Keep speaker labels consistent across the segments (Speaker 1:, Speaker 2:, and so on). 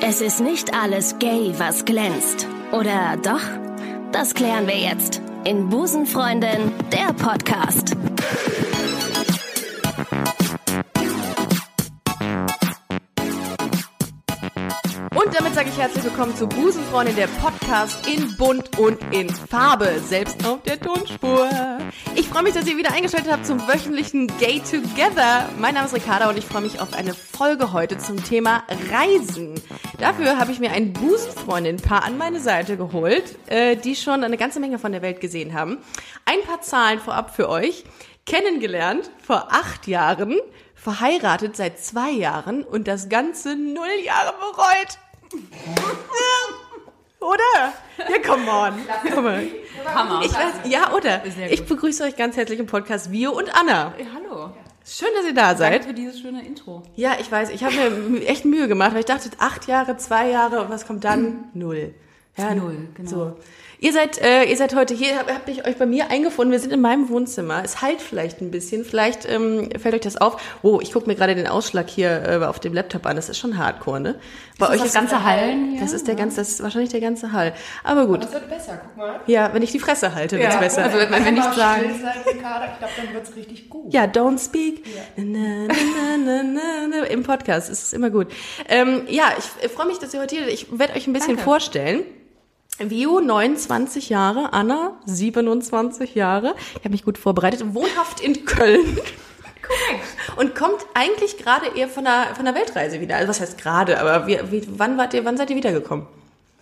Speaker 1: Es ist nicht alles gay, was glänzt. Oder doch? Das klären wir jetzt in Busenfreundin, der Podcast.
Speaker 2: Und damit sage ich herzlich willkommen zu Busenfreundin, der Podcast in Bunt und in Farbe, selbst auf der Tonspur. Ich freue mich, dass ihr wieder eingeschaltet habt zum wöchentlichen Gay Together. Mein Name ist Ricarda und ich freue mich auf eine Folge heute zum Thema Reisen. Dafür habe ich mir ein Busenfreundin-Paar an meine Seite geholt, äh, die schon eine ganze Menge von der Welt gesehen haben. Ein paar Zahlen vorab für euch. Kennengelernt vor acht Jahren, verheiratet seit zwei Jahren und das Ganze null Jahre bereut. Oder? Ja, come on. Come on.
Speaker 3: Hammer.
Speaker 2: Ich weiß, ja, oder?
Speaker 3: Sehr gut.
Speaker 2: Ich begrüße euch ganz herzlich im Podcast Vio und Anna.
Speaker 3: Ja, hallo.
Speaker 2: Schön, dass ihr da
Speaker 3: Danke
Speaker 2: seid.
Speaker 3: für dieses schöne Intro.
Speaker 2: Ja, ich weiß, ich habe mir echt Mühe gemacht, weil ich dachte, acht Jahre, zwei Jahre und was kommt dann? Null. Ja,
Speaker 3: Null, genau.
Speaker 2: So. Ihr seid, äh, ihr seid heute hier, habt hab ich euch bei mir eingefunden. Wir sind in meinem Wohnzimmer. Es halt vielleicht ein bisschen, vielleicht ähm, fällt euch das auf. Oh, ich gucke mir gerade den Ausschlag hier äh, auf dem Laptop an. Das ist schon Hardcore, ne? Bei
Speaker 3: das ganze Hallen hier?
Speaker 2: Das ist der ganze, das ist wahrscheinlich der ganze Hall. Aber gut.
Speaker 4: Das wird besser, guck mal.
Speaker 2: Ja, wenn ich die Fresse halte, wird's besser.
Speaker 3: also wenn wir nichts
Speaker 4: Einmal
Speaker 3: sagen.
Speaker 4: Still sein, Ricarda, ich glaube, dann wird's richtig gut.
Speaker 2: Ja, don't speak. Na, na, na, na, na, na. Im Podcast ist es immer gut. Ähm, ja, ich freue mich, dass ihr heute hier seid. Ich werde euch ein bisschen
Speaker 3: Danke.
Speaker 2: vorstellen. Vio 29 Jahre, Anna 27 Jahre. Ich habe mich gut vorbereitet. Wohnhaft in Köln. Und kommt eigentlich gerade eher von der, von der Weltreise wieder. Also was heißt gerade, aber wie, wie, wann, wart ihr, wann seid ihr wiedergekommen?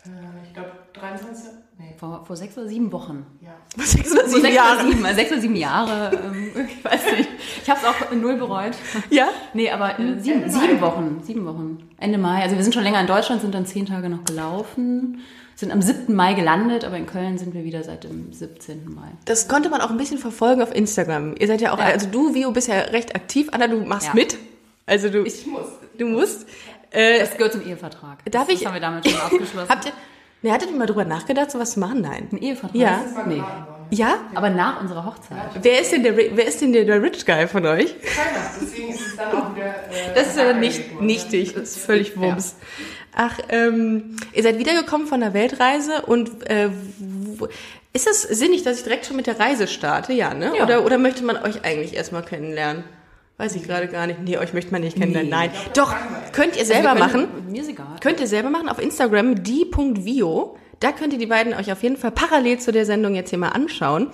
Speaker 4: Äh, Ich glaube, 23. Nee.
Speaker 3: Vor, vor sechs oder sieben Wochen.
Speaker 4: Ja.
Speaker 2: Vor sechs oder
Speaker 3: Vor
Speaker 2: sieben
Speaker 3: sechs oder
Speaker 2: Jahren.
Speaker 3: sieben, äh, sechs oder sieben Jahre. Ähm, ich weiß nicht. Ich habe es auch null bereut.
Speaker 2: Ja?
Speaker 3: Nee, aber äh, sieben, sieben Wochen. Sieben Wochen. Ende Mai. Also wir sind schon länger in Deutschland, sind dann zehn Tage noch gelaufen. Sind am 7. Mai gelandet, aber in Köln sind wir wieder seit dem 17. Mai.
Speaker 2: Das konnte man auch ein bisschen verfolgen auf Instagram. Ihr seid ja auch,
Speaker 3: Ja.
Speaker 2: also du, Vio, bist ja recht aktiv. Anna, du machst
Speaker 3: Ja.
Speaker 2: mit. Also du,
Speaker 4: Ich muss.
Speaker 2: du musst. Äh,
Speaker 3: Das gehört zum Ehevertrag.
Speaker 2: Darf
Speaker 3: das,
Speaker 2: ich-
Speaker 3: das haben wir damals schon abgeschlossen.
Speaker 2: habt ihr, ne, hattet ihr mal drüber nachgedacht, sowas zu machen? Nein.
Speaker 3: einen Ehevertrag?
Speaker 2: Ja.
Speaker 4: Das war
Speaker 3: Nee.
Speaker 4: geraten worden.
Speaker 2: Ja?
Speaker 3: Aber nach unserer Hochzeit.
Speaker 2: Wer ist denn der, Ri- wer ist denn der, der Rich Guy von euch?
Speaker 4: Keiner. Deswegen ist es dann auch wieder. Äh,
Speaker 2: Das ist ja
Speaker 4: abgelegt
Speaker 2: nicht,
Speaker 4: worden.
Speaker 2: nichtig, das ist völlig Wumms. Ach, ähm, ihr seid wiedergekommen von der Weltreise und äh, wo- ist es sinnig, dass ich direkt schon mit der Reise starte? Ja, ne?
Speaker 3: Ja.
Speaker 2: Oder, oder möchte man euch eigentlich erstmal kennenlernen? Weiß ich gerade gar nicht. Nee, euch möchte man nicht kennenlernen. Nein. Doch, könnt ihr selber
Speaker 3: Also Wir
Speaker 2: machen.
Speaker 3: können- Mir ist egal.
Speaker 2: Könnt ihr selber machen auf Instagram die.vio. Da könnt ihr die beiden euch auf jeden Fall parallel zu der Sendung jetzt hier mal anschauen.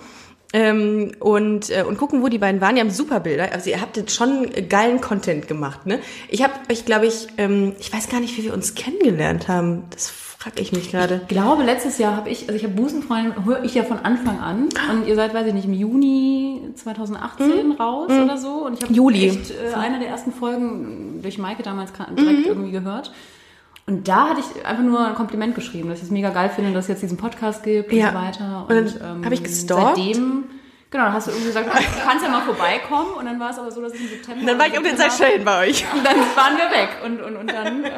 Speaker 2: Ähm, und, äh, und gucken, wo die beiden waren. Ihr habt super Bilder. Also ihr habt jetzt schon geilen Content gemacht, ne? Ich habe euch, glaube ich, ähm, ich weiß gar nicht, wie wir uns kennengelernt haben. Das frage ich mich gerade.
Speaker 3: Ich glaube, letztes Jahr habe ich, also ich habe Busenfreundin, höre ich ja von Anfang an. Und ihr seid, weiß ich nicht, im Juni 2018 raus oder so. Und ich habe
Speaker 2: Mhm. Juli.
Speaker 3: echt äh, eine der ersten Folgen durch Maike damals ka-
Speaker 2: Mhm.
Speaker 3: direkt irgendwie gehört. Und da hatte ich einfach nur ein Kompliment geschrieben, dass ich es mega geil finde, dass es jetzt diesen Podcast gibt
Speaker 2: Ja.
Speaker 3: und so weiter.
Speaker 2: Und dann habe ich gestalkt.
Speaker 3: Seitdem, genau, dann hast du irgendwie gesagt, "Ah, du kannst ja mal vorbeikommen. Und dann war es aber so, dass ich im September...
Speaker 2: Und dann war ich auf den
Speaker 3: September-
Speaker 2: Seychellen bei euch.
Speaker 3: und dann waren wir weg und, und, und dann, äh,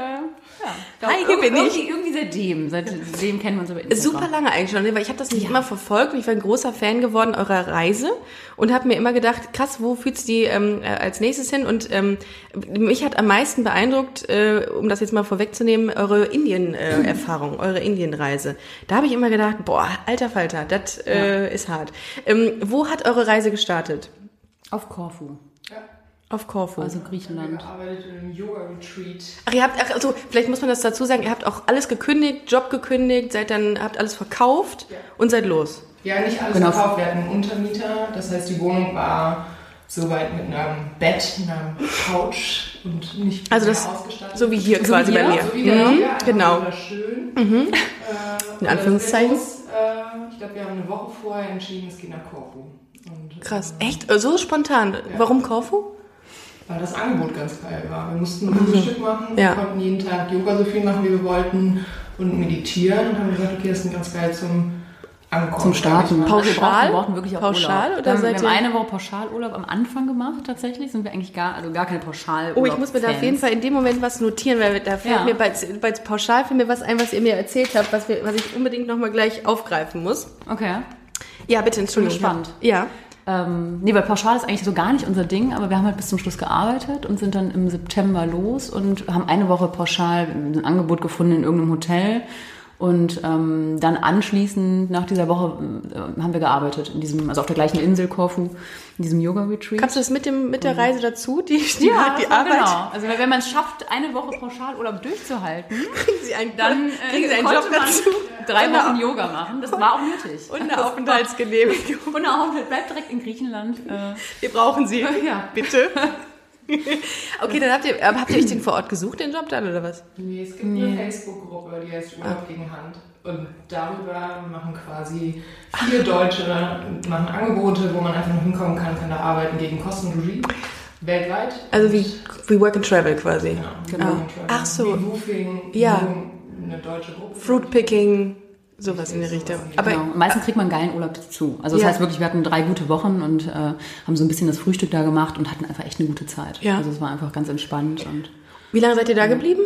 Speaker 3: ja.
Speaker 2: Hi, hier bin ich.
Speaker 3: irgendwie, irgendwie seitdem, seitdem kennen wir uns aber
Speaker 2: Super lange eigentlich schon, ne? weil ich habe das nicht immer verfolgt. und Ich war ein großer Fan geworden eurer Reise und habe mir immer gedacht, krass, wo führt's die ähm, äh, als nächstes hin? Und ähm, mich hat am meisten beeindruckt, äh, um das jetzt mal vorwegzunehmen, eure Indien-Erfahrung, eure Indien-Reise. Da habe ich immer gedacht, boah, alter Falter, das äh, ist hart. Ähm, wo hat eure Reise gestartet?
Speaker 3: Auf Korfu,
Speaker 2: Auf Korfu.
Speaker 3: also
Speaker 4: Wir
Speaker 3: Griechenland.
Speaker 4: gearbeitet in einem Yoga-Retreat.
Speaker 2: Ach, ihr habt, ach, also vielleicht muss man das dazu sagen, ihr habt auch alles gekündigt, Job gekündigt, seid dann, habt alles verkauft und seid los.
Speaker 4: Ja, nicht alles
Speaker 3: Genau.
Speaker 4: verkauft. Wir hatten einen Untermieter. Das heißt, die Wohnung war soweit mit einem Bett, einer Couch und nicht
Speaker 2: Also
Speaker 4: mehr
Speaker 2: das-
Speaker 4: ausgestattet.
Speaker 2: So wie hier quasi
Speaker 3: hier?
Speaker 2: bei mir.
Speaker 4: So wie bei
Speaker 2: Mhm,
Speaker 4: dir, einfach
Speaker 2: Genau.
Speaker 4: Wunderschön. Äh,
Speaker 2: In Anführungszeichen.
Speaker 4: und das Wetter ist, äh, ich glaube, wir haben eine Woche vorher entschieden, es geht nach Korfu. Und,
Speaker 2: Krass, echt? Äh, So spontan. Warum Korfu?
Speaker 4: Äh, weil das Angebot ganz geil war. Wir mussten ein gutes Stück machen,
Speaker 2: Mhm. Ja.
Speaker 4: wir konnten jeden Tag Yoga so viel machen, wie wir wollten und meditieren und haben gesagt, okay, das ist ganz geil zum Ankommen.
Speaker 3: Zum Starten.
Speaker 2: Pauschal?
Speaker 3: Wir brauchen- wir brauchen wirklich auch
Speaker 2: Pauschal
Speaker 3: Urlaub.
Speaker 2: oder
Speaker 3: wir haben,
Speaker 2: seid
Speaker 3: wir
Speaker 2: ihr-
Speaker 3: haben eine Woche Pauschalurlaub am Anfang gemacht, tatsächlich. Sind wir eigentlich gar, also gar keine pauschal
Speaker 2: Oh, ich muss mir da auf jeden Fall in dem Moment was notieren, weil da fällt
Speaker 3: Ja.
Speaker 2: mir bei, bei pauschal fällt mir was ein, was ihr mir erzählt habt, was, wir, was ich unbedingt nochmal gleich aufgreifen muss.
Speaker 3: Okay.
Speaker 2: Ja, bitte, Entschuldigung.
Speaker 3: gespannt.
Speaker 2: Ja.
Speaker 3: Ähm, nee, weil pauschal ist eigentlich so gar nicht unser Ding, aber wir haben halt bis zum Schluss gearbeitet und sind dann im September los und haben eine Woche pauschal ein Angebot gefunden in irgendeinem Hotel. Und ähm, dann anschließend, nach dieser Woche, äh, haben wir gearbeitet, in diesem, also auf der gleichen Insel Korfu, in diesem Yoga-Retreat.
Speaker 2: Kamst du das mit, dem, mit der Reise dazu, die, die, halt die
Speaker 3: so
Speaker 2: Arbeit?
Speaker 3: Genau. Also wenn man es schafft, eine Woche pauschal Urlaub durchzuhalten,
Speaker 2: Kriegen sie einen,
Speaker 3: dann
Speaker 2: kriegen sie
Speaker 3: äh,
Speaker 2: einen
Speaker 3: konnte
Speaker 2: Job
Speaker 3: man
Speaker 2: dazu
Speaker 3: drei
Speaker 2: Genau.
Speaker 3: Wochen Yoga machen. Das war auch nötig.
Speaker 2: und eine Aufenthaltsgenehmigung.
Speaker 3: Und der Aufenthalt bleibt direkt in Griechenland. Äh,
Speaker 2: Wir brauchen sie.
Speaker 3: ja.
Speaker 2: Bitte. Okay, dann habt ihr, ähm, habt ihr euch den vor Ort gesucht, den Job dann, oder was?
Speaker 4: Nee, es gibt eine Facebook-Gruppe, die heißt
Speaker 2: Ah.
Speaker 4: Urlaub gegen Hand. Und darüber machen quasi vier Deutsche machen Angebote, wo man einfach nur hinkommen kann, kann da arbeiten gegen Kostenregie. Weltweit.
Speaker 2: Also wie, wie Work and Travel quasi.
Speaker 4: Ja,
Speaker 2: Genau. Ach so.
Speaker 4: Wie Woofing,
Speaker 2: Ja.
Speaker 4: nur eine deutsche Gruppe.
Speaker 2: Fruitpicking, sowas in die Richtung. Aber
Speaker 3: genau. Und meistens kriegt man einen geilen Urlaub dazu. Also das
Speaker 2: Ja.
Speaker 3: heißt wirklich, wir hatten drei gute Wochen und äh, haben so ein bisschen das Frühstück da gemacht und hatten einfach echt eine gute Zeit.
Speaker 2: Ja.
Speaker 3: Also es war einfach ganz entspannt und
Speaker 2: wie lange seid ihr da geblieben?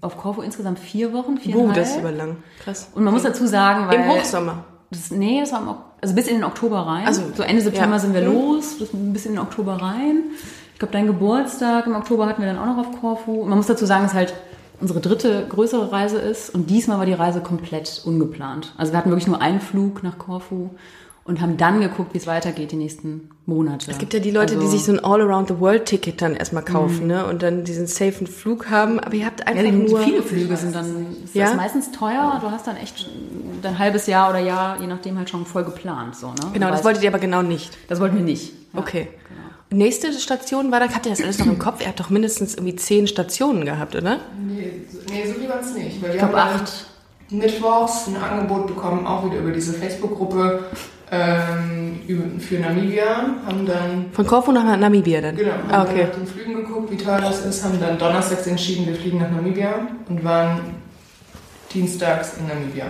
Speaker 3: auf Korfu insgesamt vier Wochen,
Speaker 2: Boom,
Speaker 3: viereinhalb.
Speaker 2: Uh, das ist aber lang. Krass.
Speaker 3: und man muss dazu sagen, weil
Speaker 2: Im Hochsommer.
Speaker 3: Das, nee, das war im, Ok- also bis in den Oktober rein.
Speaker 2: Also,
Speaker 3: Also, so Ende September
Speaker 2: ja. Mhm.
Speaker 3: sind wir los, bis, bis in den Oktober rein. Ich glaube, dein Geburtstag im Oktober hatten wir dann auch noch auf Korfu. Man muss dazu sagen, es halt unsere dritte größere Reise ist und diesmal war die Reise komplett ungeplant. Also wir hatten wirklich nur einen Flug nach Korfu und haben dann geguckt, wie es weitergeht die nächsten Monate.
Speaker 2: Es gibt ja die Leute,
Speaker 3: Also
Speaker 2: die sich so ein All-Around-the-World-Ticket dann erstmal kaufen, ne? Und dann diesen safen Flug haben. Aber ihr habt einfach
Speaker 3: Mhm. Ja, die,
Speaker 2: nur...
Speaker 3: viele Flüge sind dann ist
Speaker 2: Ja?
Speaker 3: das meistens teuer. Du hast dann echt dein halbes Jahr oder Jahr, je nachdem halt schon voll geplant. So, ne?
Speaker 2: Genau,
Speaker 3: Du
Speaker 2: das
Speaker 3: weißt,
Speaker 2: wolltet ihr aber genau nicht.
Speaker 3: das wollten wir nicht. Ja. genau.
Speaker 2: Okay. Nächste Station war dann, habt ihr das alles noch im Kopf? Ihr habt doch mindestens irgendwie zehn Stationen gehabt, oder?
Speaker 4: Nee, so, nee, so viel war es nicht. Weil wir
Speaker 3: Ich glaube
Speaker 4: haben dann
Speaker 3: acht.
Speaker 4: Mittwochs ein Angebot bekommen, auch wieder über diese Facebook-Gruppe ähm, über- für Namibia. Haben dann,
Speaker 2: Von Korfu nach Namibia dann?
Speaker 4: genau, haben
Speaker 2: Ah, okay.
Speaker 4: dann nach den Flügen geguckt, wie teuer das ist. Haben dann donnerstags entschieden, wir fliegen nach Namibia und waren dienstags in Namibia.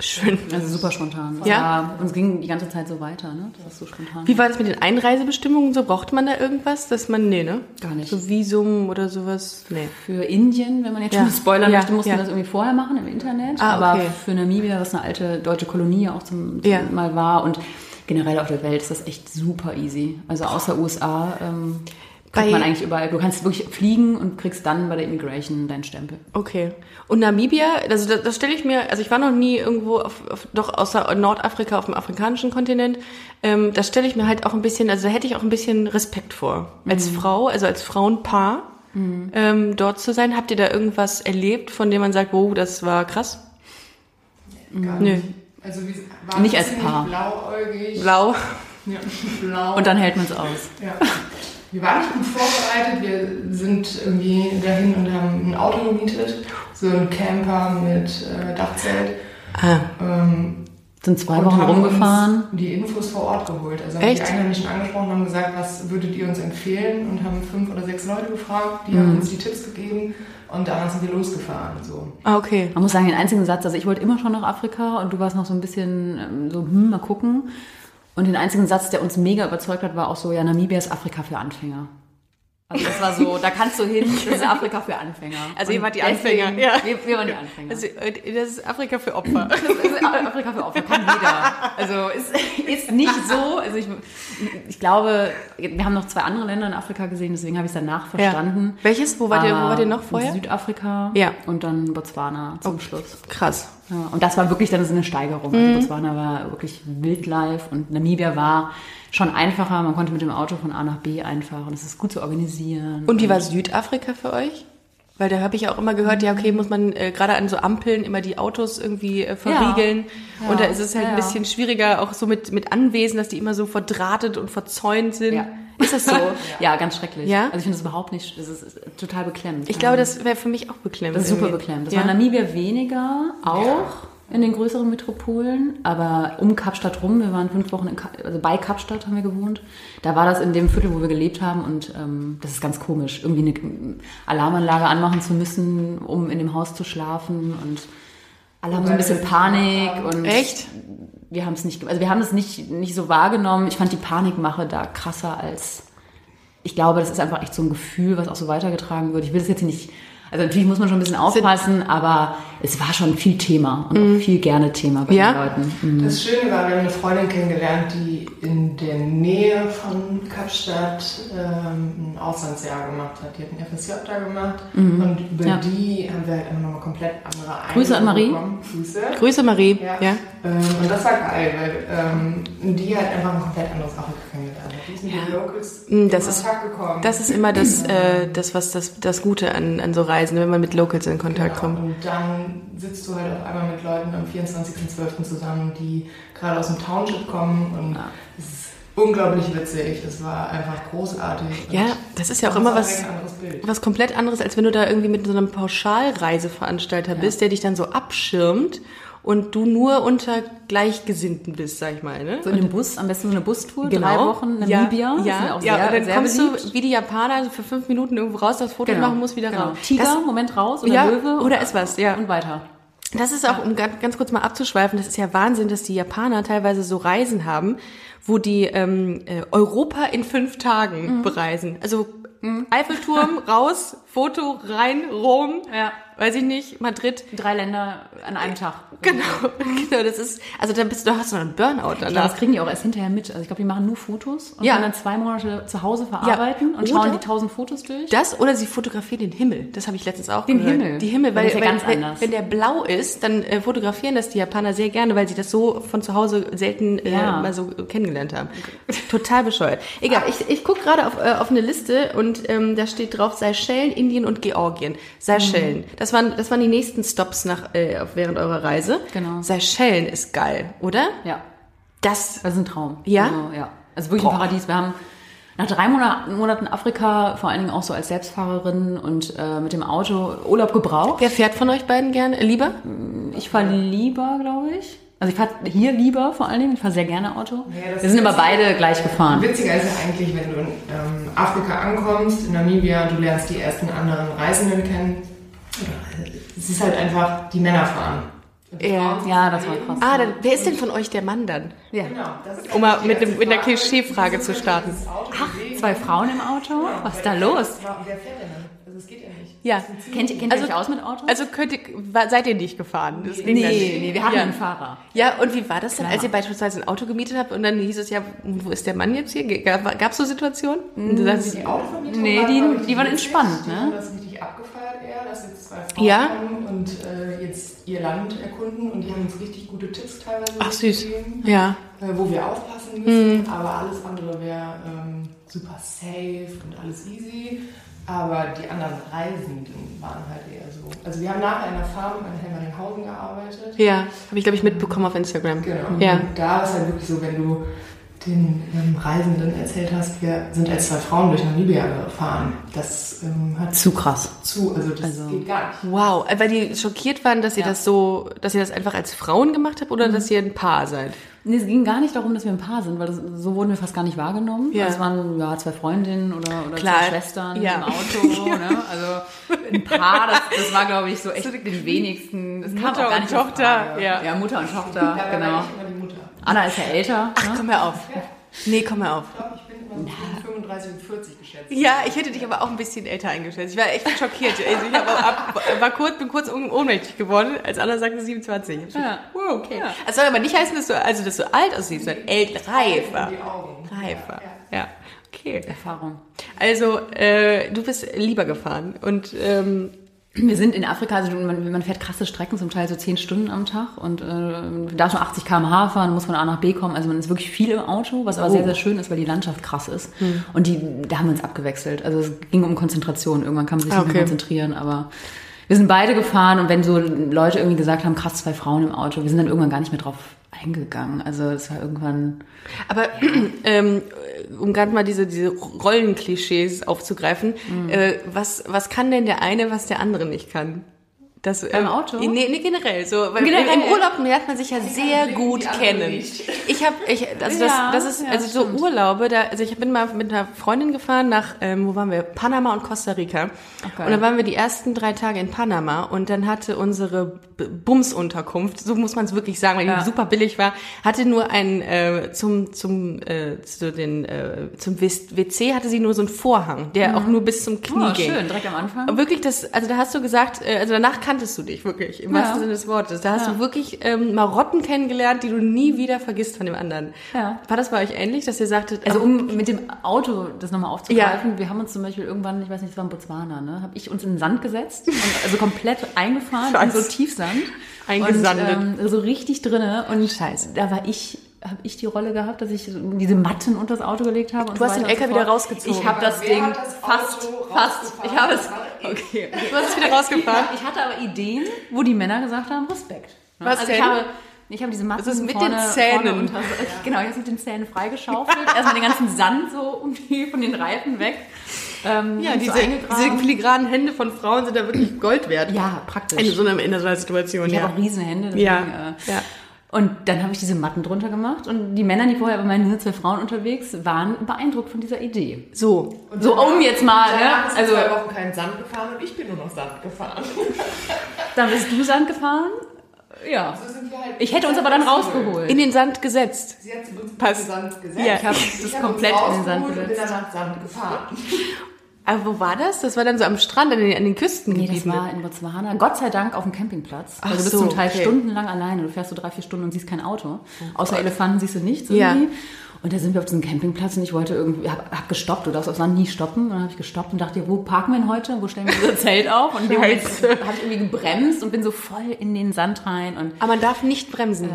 Speaker 2: Schön.
Speaker 3: Also super spontan.
Speaker 2: Ja?
Speaker 3: Aber Uns ging die ganze Zeit so weiter, ne? Das ist so spontan.
Speaker 2: Wie war das mit den Einreisebestimmungen? So braucht man da irgendwas, dass man, nee, ne?
Speaker 3: Gar nicht.
Speaker 2: So Visum oder sowas? Nee.
Speaker 3: Für Indien, wenn man jetzt
Speaker 2: Ja.
Speaker 3: schon spoilern
Speaker 2: Ja,
Speaker 3: möchte, mussten
Speaker 2: ja.
Speaker 3: wir das irgendwie vorher machen im Internet.
Speaker 2: Ah,
Speaker 3: Aber
Speaker 2: okay.
Speaker 3: für Namibia, was eine alte deutsche Kolonie ja auch zum, zum
Speaker 2: Ja.
Speaker 3: Mal war und generell auf der Welt ist das echt super easy. Also außer USA ähm,
Speaker 2: Bei-
Speaker 3: kriegt man eigentlich überall. Du kannst wirklich fliegen und kriegst dann bei der Immigration deinen Stempel.
Speaker 2: Okay. Und Namibia, also das, das stelle ich mir, also ich war noch nie irgendwo, auf, auf, doch außer Nordafrika auf dem afrikanischen Kontinent, ähm, das stelle ich mir halt auch ein bisschen, also da hätte ich auch ein bisschen Respekt vor. Als Frau, also als Frauenpaar ähm, dort zu sein, habt ihr da irgendwas erlebt, von dem man sagt, wow, das war krass?
Speaker 4: Gar
Speaker 2: Nö.
Speaker 4: nicht. Also wir waren
Speaker 3: Mhm. Nicht als
Speaker 4: ziemlich
Speaker 3: Paar.
Speaker 4: blauäugig.
Speaker 2: Blau.
Speaker 4: Ja, blau.
Speaker 3: Und dann hält man es aus.
Speaker 4: Ja. Wir waren nicht gut vorbereitet. Wir sind irgendwie dahin und haben ein Auto gemietet. So ein Camper mit äh, Dachzelt.
Speaker 2: Ah.
Speaker 4: Ähm,
Speaker 3: Sind zwei
Speaker 4: und
Speaker 3: Wochen
Speaker 4: haben uns
Speaker 3: rumgefahren.
Speaker 4: Die Infos vor Ort geholt. Also haben
Speaker 2: Echt?
Speaker 4: die Einheimischen angesprochen, haben gesagt, was würdet ihr uns empfehlen? Und haben fünf oder sechs Leute gefragt. Die
Speaker 3: Mhm.
Speaker 4: haben uns die Tipps gegeben. Und danach sind wir losgefahren. So.
Speaker 2: Ah, okay.
Speaker 3: Man muss sagen, den einzigen Satz, also ich wollte immer schon nach Afrika und du warst noch so ein bisschen ähm, so, hm, mal gucken. Und den einzigen Satz, der uns mega überzeugt hat, war auch so, ja, Namibia ist Afrika für Anfänger. Also das war so, da kannst du hin, das ist Afrika für Anfänger.
Speaker 2: Also ihr
Speaker 3: Und
Speaker 2: wart die
Speaker 3: deswegen-
Speaker 2: Anfänger, ja.
Speaker 3: Wir, wir waren die Anfänger.
Speaker 2: Also, äh, das ist Afrika für Opfer.
Speaker 3: Das ist Afrika für Opfer, kann jeder. Also ist, ist nicht so. Also ich, ich glaube, wir haben noch zwei andere Länder in Afrika gesehen, deswegen habe ich es danach verstanden.
Speaker 2: Welches? Wo wart ihr, wo
Speaker 3: Aber
Speaker 2: wart ihr noch vorher?
Speaker 3: Südafrika
Speaker 2: Ja.
Speaker 3: und dann Botswana zum Schluss.
Speaker 2: Krass.
Speaker 3: Ja, und das war wirklich dann so eine Steigerung.
Speaker 2: Mhm.
Speaker 3: Also Botswana war wirklich Wildlife und Namibia war schon einfacher. Man konnte mit dem Auto von A nach B einfahren. Es ist gut zu organisieren.
Speaker 2: Und wie war Südafrika für euch? Weil da habe ich auch immer gehört, ja, okay, muss man äh, gerade an so Ampeln immer die Autos irgendwie äh, verriegeln.
Speaker 3: Ja.
Speaker 2: Und da
Speaker 3: Ja.
Speaker 2: ist es halt
Speaker 3: Ja,
Speaker 2: ein
Speaker 3: ja.
Speaker 2: bisschen schwieriger, auch so mit, mit Anwesen, dass die immer so verdrahtet und verzäunt sind.
Speaker 3: ja. Ist das so? ja, ganz schrecklich.
Speaker 2: Ja?
Speaker 3: Also ich finde das überhaupt nicht, es ist, es ist total beklemmt.
Speaker 2: Ich glaube, das wäre für mich auch beklemmend.
Speaker 3: Das ist super
Speaker 2: irgendwie.
Speaker 3: beklemmt. Das
Speaker 2: ja.
Speaker 3: war in Namibia weniger, auch in den größeren Metropolen, aber um Kapstadt rum, wir waren fünf Wochen in Ka also bei Kapstadt haben wir gewohnt, da war das in dem Viertel, wo wir gelebt haben und ähm, das ist ganz komisch, irgendwie eine ähm, Alarmanlage anmachen zu müssen, um in dem Haus zu schlafen und alle haben so ein bisschen Panik und
Speaker 2: Echt?
Speaker 3: wir haben es nicht, ge- also wir haben es nicht, nicht so wahrgenommen. Ich fand die Panikmache da krasser als, ich glaube, das ist einfach echt so ein Gefühl, was auch so weitergetragen wird. Ich will das jetzt hier nicht, also natürlich muss man schon ein bisschen aufpassen, aber es war schon viel Thema und auch viel gerne Thema bei
Speaker 2: Ja?
Speaker 3: den Leuten. Mhm.
Speaker 4: Das Schöne war, wir haben eine Freundin kennengelernt, die die in der Nähe von Kapstadt ähm, ein Auslandsjahr gemacht hat. Die hat ein FSJ da gemacht und über
Speaker 3: Mhm. Ja.
Speaker 4: die haben wir halt einfach nochmal komplett andere Eindrücke
Speaker 3: Grüße an Marie.
Speaker 4: bekommen. Grüße.
Speaker 2: Grüße, Marie.
Speaker 4: Ja.
Speaker 2: ja.
Speaker 4: Ähm, und das war geil, weil ähm, die halt einfach ein komplett anderes Afrika kennengelernt hat. Die ist mit den Locals
Speaker 2: Mm, das
Speaker 4: in
Speaker 2: ist-
Speaker 4: Kontakt gekommen.
Speaker 2: Das ist immer das, äh, das was das, das Gute an, an so Reisen, wenn man mit Locals in Kontakt
Speaker 4: Genau.
Speaker 2: kommt.
Speaker 4: Und dann sitzt du halt auf einmal mit Leuten am 24.12. zusammen, die gerade aus dem Township kommen und es ist unglaublich witzig. Es war einfach großartig. Und
Speaker 2: Ja, das ist ja auch
Speaker 4: das
Speaker 2: immer
Speaker 4: war
Speaker 2: was,
Speaker 4: Ein anderes Bild.
Speaker 2: was komplett anderes, als wenn du da irgendwie mit so einem Pauschalreiseveranstalter bist, der dich dann so abschirmt und du nur unter Gleichgesinnten bist, sag ich mal. Ne?
Speaker 3: So in dem Bus, am besten so eine Bustour, drei
Speaker 2: Genau.
Speaker 3: Wochen,
Speaker 2: Ja,
Speaker 3: Namibia. das
Speaker 2: ja,
Speaker 3: ist auch
Speaker 2: ja
Speaker 3: sehr,
Speaker 2: und dann
Speaker 3: sehr
Speaker 2: kommst
Speaker 3: beliebt. Genau.
Speaker 2: du wie die Japaner so für fünf Minuten irgendwo raus, das Foto machen musst, wieder raus.
Speaker 3: Tiger,
Speaker 2: Das,
Speaker 3: Moment raus, oder
Speaker 2: Ja,
Speaker 3: Löwe.
Speaker 2: oder
Speaker 3: und-
Speaker 2: ist was, ja.
Speaker 3: Und weiter.
Speaker 2: Das ist auch, um ganz, ganz kurz mal abzuschweifen, das ist ja Wahnsinn, dass die Japaner teilweise so Reisen haben, wo die ähm, äh, Europa in fünf Tagen
Speaker 3: Mhm.
Speaker 2: bereisen. Also Eiffelturm raus, Foto rein, Rom,
Speaker 3: Ja.
Speaker 2: weiß ich nicht, Madrid.
Speaker 3: Drei Länder an einem Tag.
Speaker 2: Genau, genau, das ist, also da bist du, da hast du noch einen Burnout
Speaker 3: Ich glaube,
Speaker 2: danach.
Speaker 3: das kriegen die auch erst hinterher mit. Also ich glaube, die machen nur Fotos und
Speaker 2: Ja.
Speaker 3: können dann zwei Monate zu Hause verarbeiten und
Speaker 2: oder-
Speaker 3: schauen die tausend Fotos durch.
Speaker 2: Das oder sie fotografieren den Himmel. Das habe ich letztens auch
Speaker 3: Den
Speaker 2: gehört.
Speaker 3: Himmel.
Speaker 2: Die Himmel,
Speaker 3: Das
Speaker 2: weil
Speaker 3: ist ja
Speaker 2: weil-
Speaker 3: ganz
Speaker 2: wenn,
Speaker 3: anders.
Speaker 2: wenn der blau ist, dann äh, fotografieren das die Japaner sehr gerne, weil sie das so von zu Hause selten äh,
Speaker 3: Ja.
Speaker 2: mal so kennengelernt haben. Total bescheuert. Egal, ich, ich gucke gerade auf, äh, auf eine Liste und ähm, da steht drauf Seychellen, Indien und Georgien. Seychellen.
Speaker 3: Mhm.
Speaker 2: Das, waren, das waren die nächsten Stops nach, äh, auf- während eurer Reise.
Speaker 3: Genau.
Speaker 2: Seychellen ist geil, oder?
Speaker 3: ja.
Speaker 2: Das.
Speaker 3: Das ist ein Traum.
Speaker 2: Ja?
Speaker 3: Also, ja. also wirklich ein Paradies. Wir haben nach drei Mona- Monaten Afrika, vor allen Dingen auch so als Selbstfahrerin und äh, mit dem Auto Urlaub gebraucht.
Speaker 2: Wer fährt von euch beiden gerne? äh, Lieber?
Speaker 3: Ich fahre lieber, glaube ich. Also ich fahre hier lieber vor allen Dingen. Ich fahre sehr gerne Auto.
Speaker 4: Ja, das
Speaker 3: Wir sind
Speaker 4: ist-
Speaker 3: aber beide gleich gefahren.
Speaker 4: Witziger ist ja eigentlich, wenn du in ähm, Afrika ankommst, in Namibia, du lernst die ersten anderen Reisenden kennen. Es ist halt einfach, die Männer fahren. Und die
Speaker 2: Ja.
Speaker 4: Frauen-
Speaker 3: Ja, das war krass.
Speaker 2: Ah, dann, wer ist denn von euch der Mann dann?
Speaker 3: ja.
Speaker 4: Genau, das ist
Speaker 2: Um mal
Speaker 4: eigentlich
Speaker 2: mit
Speaker 4: die
Speaker 2: dem- mit einer
Speaker 4: erste Frage.
Speaker 2: Klischeefrage zu starten.
Speaker 4: Das Auto bewegen.
Speaker 3: Zwei Frauen im Auto? Was ist da los?
Speaker 4: Wer fährt denn dann? Also, es geht ja nicht.
Speaker 2: Ja.
Speaker 3: Kennt, ihr- kennt
Speaker 2: Also-
Speaker 3: ihr euch aus mit Autos?
Speaker 2: Also könnt ihr, wa- seid ihr nicht gefahren? Das
Speaker 3: nee,
Speaker 2: ging dann
Speaker 3: nee,
Speaker 2: nicht.
Speaker 3: wir hatten
Speaker 2: ja.
Speaker 3: einen Fahrer.
Speaker 2: Ja, und wie war das denn,
Speaker 3: Klar.
Speaker 2: als ihr beispielsweise ein Auto gemietet habt und dann hieß es ja, wo ist der Mann jetzt hier? Gab es so Situationen? Und du sagst,
Speaker 4: Die Autovermieter
Speaker 3: Nee,
Speaker 4: waren,
Speaker 3: die-
Speaker 4: glaub ich,
Speaker 3: die waren
Speaker 4: riesig.
Speaker 3: entspannt,
Speaker 4: Die
Speaker 3: ne?
Speaker 4: haben das richtig abgefeiert eher, dass jetzt zwei Frauen
Speaker 2: Ja.
Speaker 4: kommen und äh, jetzt ihr Land erkunden und die haben uns richtig gute Tipps teilweise
Speaker 2: Ach, süß. Hm.
Speaker 4: gegeben,
Speaker 2: Ja.
Speaker 4: äh, wo wir aufpassen müssen, aber alles andere wäre ähm, super safe und alles easy. Aber die anderen Reisenden waren halt eher so. Also wir haben nachher in der Farm in Helmeringhausen gearbeitet.
Speaker 2: Ja, habe ich, glaube ich, mitbekommen auf Instagram.
Speaker 4: Genau.
Speaker 2: Ja.
Speaker 4: Und da ist halt wirklich so, wenn du den ähm, Reisenden erzählt hast, wir sind als zwei Frauen durch Namibia gefahren. Das ähm, hat
Speaker 3: Zu krass.
Speaker 4: zu, also das
Speaker 3: Also-
Speaker 4: geht gar nicht.
Speaker 2: Wow, Äh, weil die schockiert waren, dass ihr
Speaker 3: Ja.
Speaker 2: das so, dass ihr das einfach als Frauen gemacht habt oder dass ihr ein Paar seid.
Speaker 3: Nee, es ging gar nicht darum, dass wir ein Paar sind, weil das, so wurden wir fast gar nicht wahrgenommen.
Speaker 2: Ja.
Speaker 3: Also es waren ja, zwei Freundinnen oder, oder
Speaker 2: Klar.
Speaker 3: zwei Schwestern
Speaker 2: Ja.
Speaker 3: im Auto. Ne? Also ein Paar, das, das war, glaube ich, so echt den wenigsten. Das kam
Speaker 2: Mutter
Speaker 3: auch gar
Speaker 2: und
Speaker 3: nicht
Speaker 2: Tochter,
Speaker 3: in Frage.
Speaker 2: ja.
Speaker 3: ja, Mutter und Tochter,
Speaker 4: Da
Speaker 3: genau.
Speaker 4: war ich immer die Mutter.
Speaker 3: Anna ist ja älter.
Speaker 2: Ach, komm mal auf. Nee, komm mal auf.
Speaker 4: Ich glaube, ich bin immer so zwischen 35 und 40 geschätzt.
Speaker 2: Ja, ich hätte dich aber auch ein bisschen älter eingeschätzt. Ich war echt schockiert. Also ich hab auch ab, war kurz, bin kurz ohm- ohnmächtig geworden, als Anna sagte 27.
Speaker 3: Ja.
Speaker 2: Wow, okay.
Speaker 3: Ja.
Speaker 2: Das soll aber nicht heißen, dass du, also, dass du alt aussiehst, sondern ält, reifer.
Speaker 4: Die Augen.
Speaker 2: Reifer. Ja. Okay.
Speaker 3: Erfahrung.
Speaker 2: Also, äh, du bist lieber gefahren und ähm,
Speaker 3: Wir sind in Afrika, also man, man fährt krasse Strecken, zum Teil so 10 Stunden am Tag und äh, man darf nur 80 km/h fahren, muss von A nach B kommen. Also man ist wirklich viel im Auto, was aber sehr, sehr schön ist, weil die Landschaft krass ist. Und die, da haben wir uns abgewechselt. Also es ging um Konzentration. Irgendwann kann man sich
Speaker 2: Ah,
Speaker 3: nicht mehr
Speaker 2: okay.
Speaker 3: konzentrieren, aber wir sind beide gefahren und wenn so Leute irgendwie gesagt haben, krass, zwei Frauen im Auto, wir sind dann irgendwann gar nicht mehr drauf eingegangen. Also es war irgendwann,
Speaker 2: aber ähm, um gerade mal diese, diese Rollenklischees aufzugreifen,
Speaker 3: Mhm.
Speaker 2: äh, was, was kann denn der eine, was der andere nicht kann? Das, ähm,
Speaker 3: Auto?
Speaker 2: Nee, nee, generell. So, weil
Speaker 3: Generell.
Speaker 2: Im Urlaub lernt man sich ja sehr
Speaker 4: Dinge,
Speaker 2: gut
Speaker 4: die andere
Speaker 2: kennen.
Speaker 4: nicht.
Speaker 2: Ich habe, ich, also das,
Speaker 3: Ja,
Speaker 2: das ist,
Speaker 3: ja,
Speaker 2: also so Urlaube, da, also ich bin mal mit einer Freundin gefahren nach, ähm, wo waren wir? Panama und Costa Rica.
Speaker 3: geil.
Speaker 2: und dann waren wir die ersten drei Tage in Panama und dann hatte unsere B- Bumsunterkunft, so muss man es wirklich sagen, weil die super billig war, hatte nur ein, äh, zum, zum, äh, zu den, äh, zum WC hatte sie nur so einen Vorhang, der auch nur bis zum Knie
Speaker 3: oh,
Speaker 2: ging. Ah,
Speaker 3: schön, direkt am Anfang.
Speaker 2: Wirklich, das, also da hast du gesagt, äh, also danach kanntest du dich wirklich, im
Speaker 3: Ja.
Speaker 2: wahrsten Sinne des Wortes. Da hast
Speaker 3: Ja.
Speaker 2: du wirklich ähm, Marotten kennengelernt, die du nie wieder vergisst von dem anderen.
Speaker 3: Ja.
Speaker 2: War das bei euch ähnlich, dass ihr sagtet,
Speaker 3: Also um mit dem Auto das nochmal aufzugreifen, wir haben uns zum Beispiel irgendwann, ich weiß nicht, es war in Botswana, ne, habe ich uns in den Sand gesetzt, und also komplett eingefahren in so
Speaker 2: Scheiße.
Speaker 3: Tiefsand.
Speaker 2: Eingesandet.
Speaker 3: Und, ähm, so richtig drinne und Scheiße. da war ich, habe ich die Rolle gehabt, dass ich so diese Matten unter das Auto gelegt habe. und
Speaker 2: Du
Speaker 3: so
Speaker 2: hast den
Speaker 3: weiter und
Speaker 2: LKW
Speaker 3: so fort.
Speaker 2: da rausgezogen.
Speaker 3: Ich habe das
Speaker 4: Wer
Speaker 3: Ding
Speaker 4: hat das Auto
Speaker 3: fast, fast, ich habe es, okay.
Speaker 2: du hast es wieder rausgefahren?
Speaker 3: Ich hatte aber Ideen, wo die Männer gesagt haben, Respekt. Ne?
Speaker 2: Was
Speaker 3: also ich
Speaker 2: denn?
Speaker 3: habe, ich habe diese Matten
Speaker 2: Das ist mit
Speaker 3: vorne,
Speaker 2: den Zähnen.
Speaker 3: Vorne unter, genau, ich habe mit den Zähnen freigeschaufelt. Erstmal den ganzen Sand so um die, von den Reifen weg. Ähm,
Speaker 2: Ja,
Speaker 3: so
Speaker 2: diese,
Speaker 3: eingegraben.
Speaker 2: diese filigranen Hände von Frauen sind da wirklich Gold wert.
Speaker 3: ja, praktisch.
Speaker 2: In so einer, in so einer Situation,
Speaker 3: Ich
Speaker 2: ja.
Speaker 3: habe auch riesen Hände. Deswegen,
Speaker 2: Ja,
Speaker 3: Äh,
Speaker 2: ja.
Speaker 3: Und dann habe ich diese Matten drunter gemacht und die Männer, die vorher bei meinen zwei Frauen unterwegs waren, beeindruckt von dieser Idee.
Speaker 2: So.
Speaker 3: So, um jetzt mal,
Speaker 4: Danach
Speaker 3: ne?
Speaker 4: ist
Speaker 3: Also,
Speaker 4: zwei Wochen keinen Sand gefahren und ich bin nur noch Sand gefahren. Also
Speaker 3: dann bist du Sand gefahren. Ja.
Speaker 4: So sind wir halt
Speaker 3: Ich hätte uns aber dann rausgeholt.
Speaker 2: In den Sand gesetzt.
Speaker 4: Sie hat uns
Speaker 2: Passt.
Speaker 4: Pass. Sand gesetzt.
Speaker 2: Ja,
Speaker 4: Ja,
Speaker 2: ich hab
Speaker 3: das komplett in den Sand
Speaker 4: gesetzt. Ich bin
Speaker 3: gesetzt.
Speaker 4: danach Sand gefahren.
Speaker 2: Aber wo war das? Das war dann so am Strand, an den, an den Küsten
Speaker 3: Nee, das war in Botswana. Gott sei Dank auf dem Campingplatz.
Speaker 2: Ach
Speaker 3: also du bist
Speaker 2: so,
Speaker 3: zum Teil
Speaker 2: okay. Oh
Speaker 3: stundenlang alleine. Du fährst so drei, vier Stunden und siehst kein Auto. Außer Elefanten siehst du nichts
Speaker 2: Ja.
Speaker 3: irgendwie. Und da sind wir auf diesem Campingplatz und ich wollte irgendwie, hab, hab gestoppt, du darfst auf Sand nie stoppen. Und dann habe ich gestoppt und dachte, ja, wo parken wir denn heute? Wo stellen wir unser Zelt auf? Und in dem Moment habe ich irgendwie gebremst und bin so voll in den Sand rein. Und
Speaker 2: Aber man darf nicht bremsen.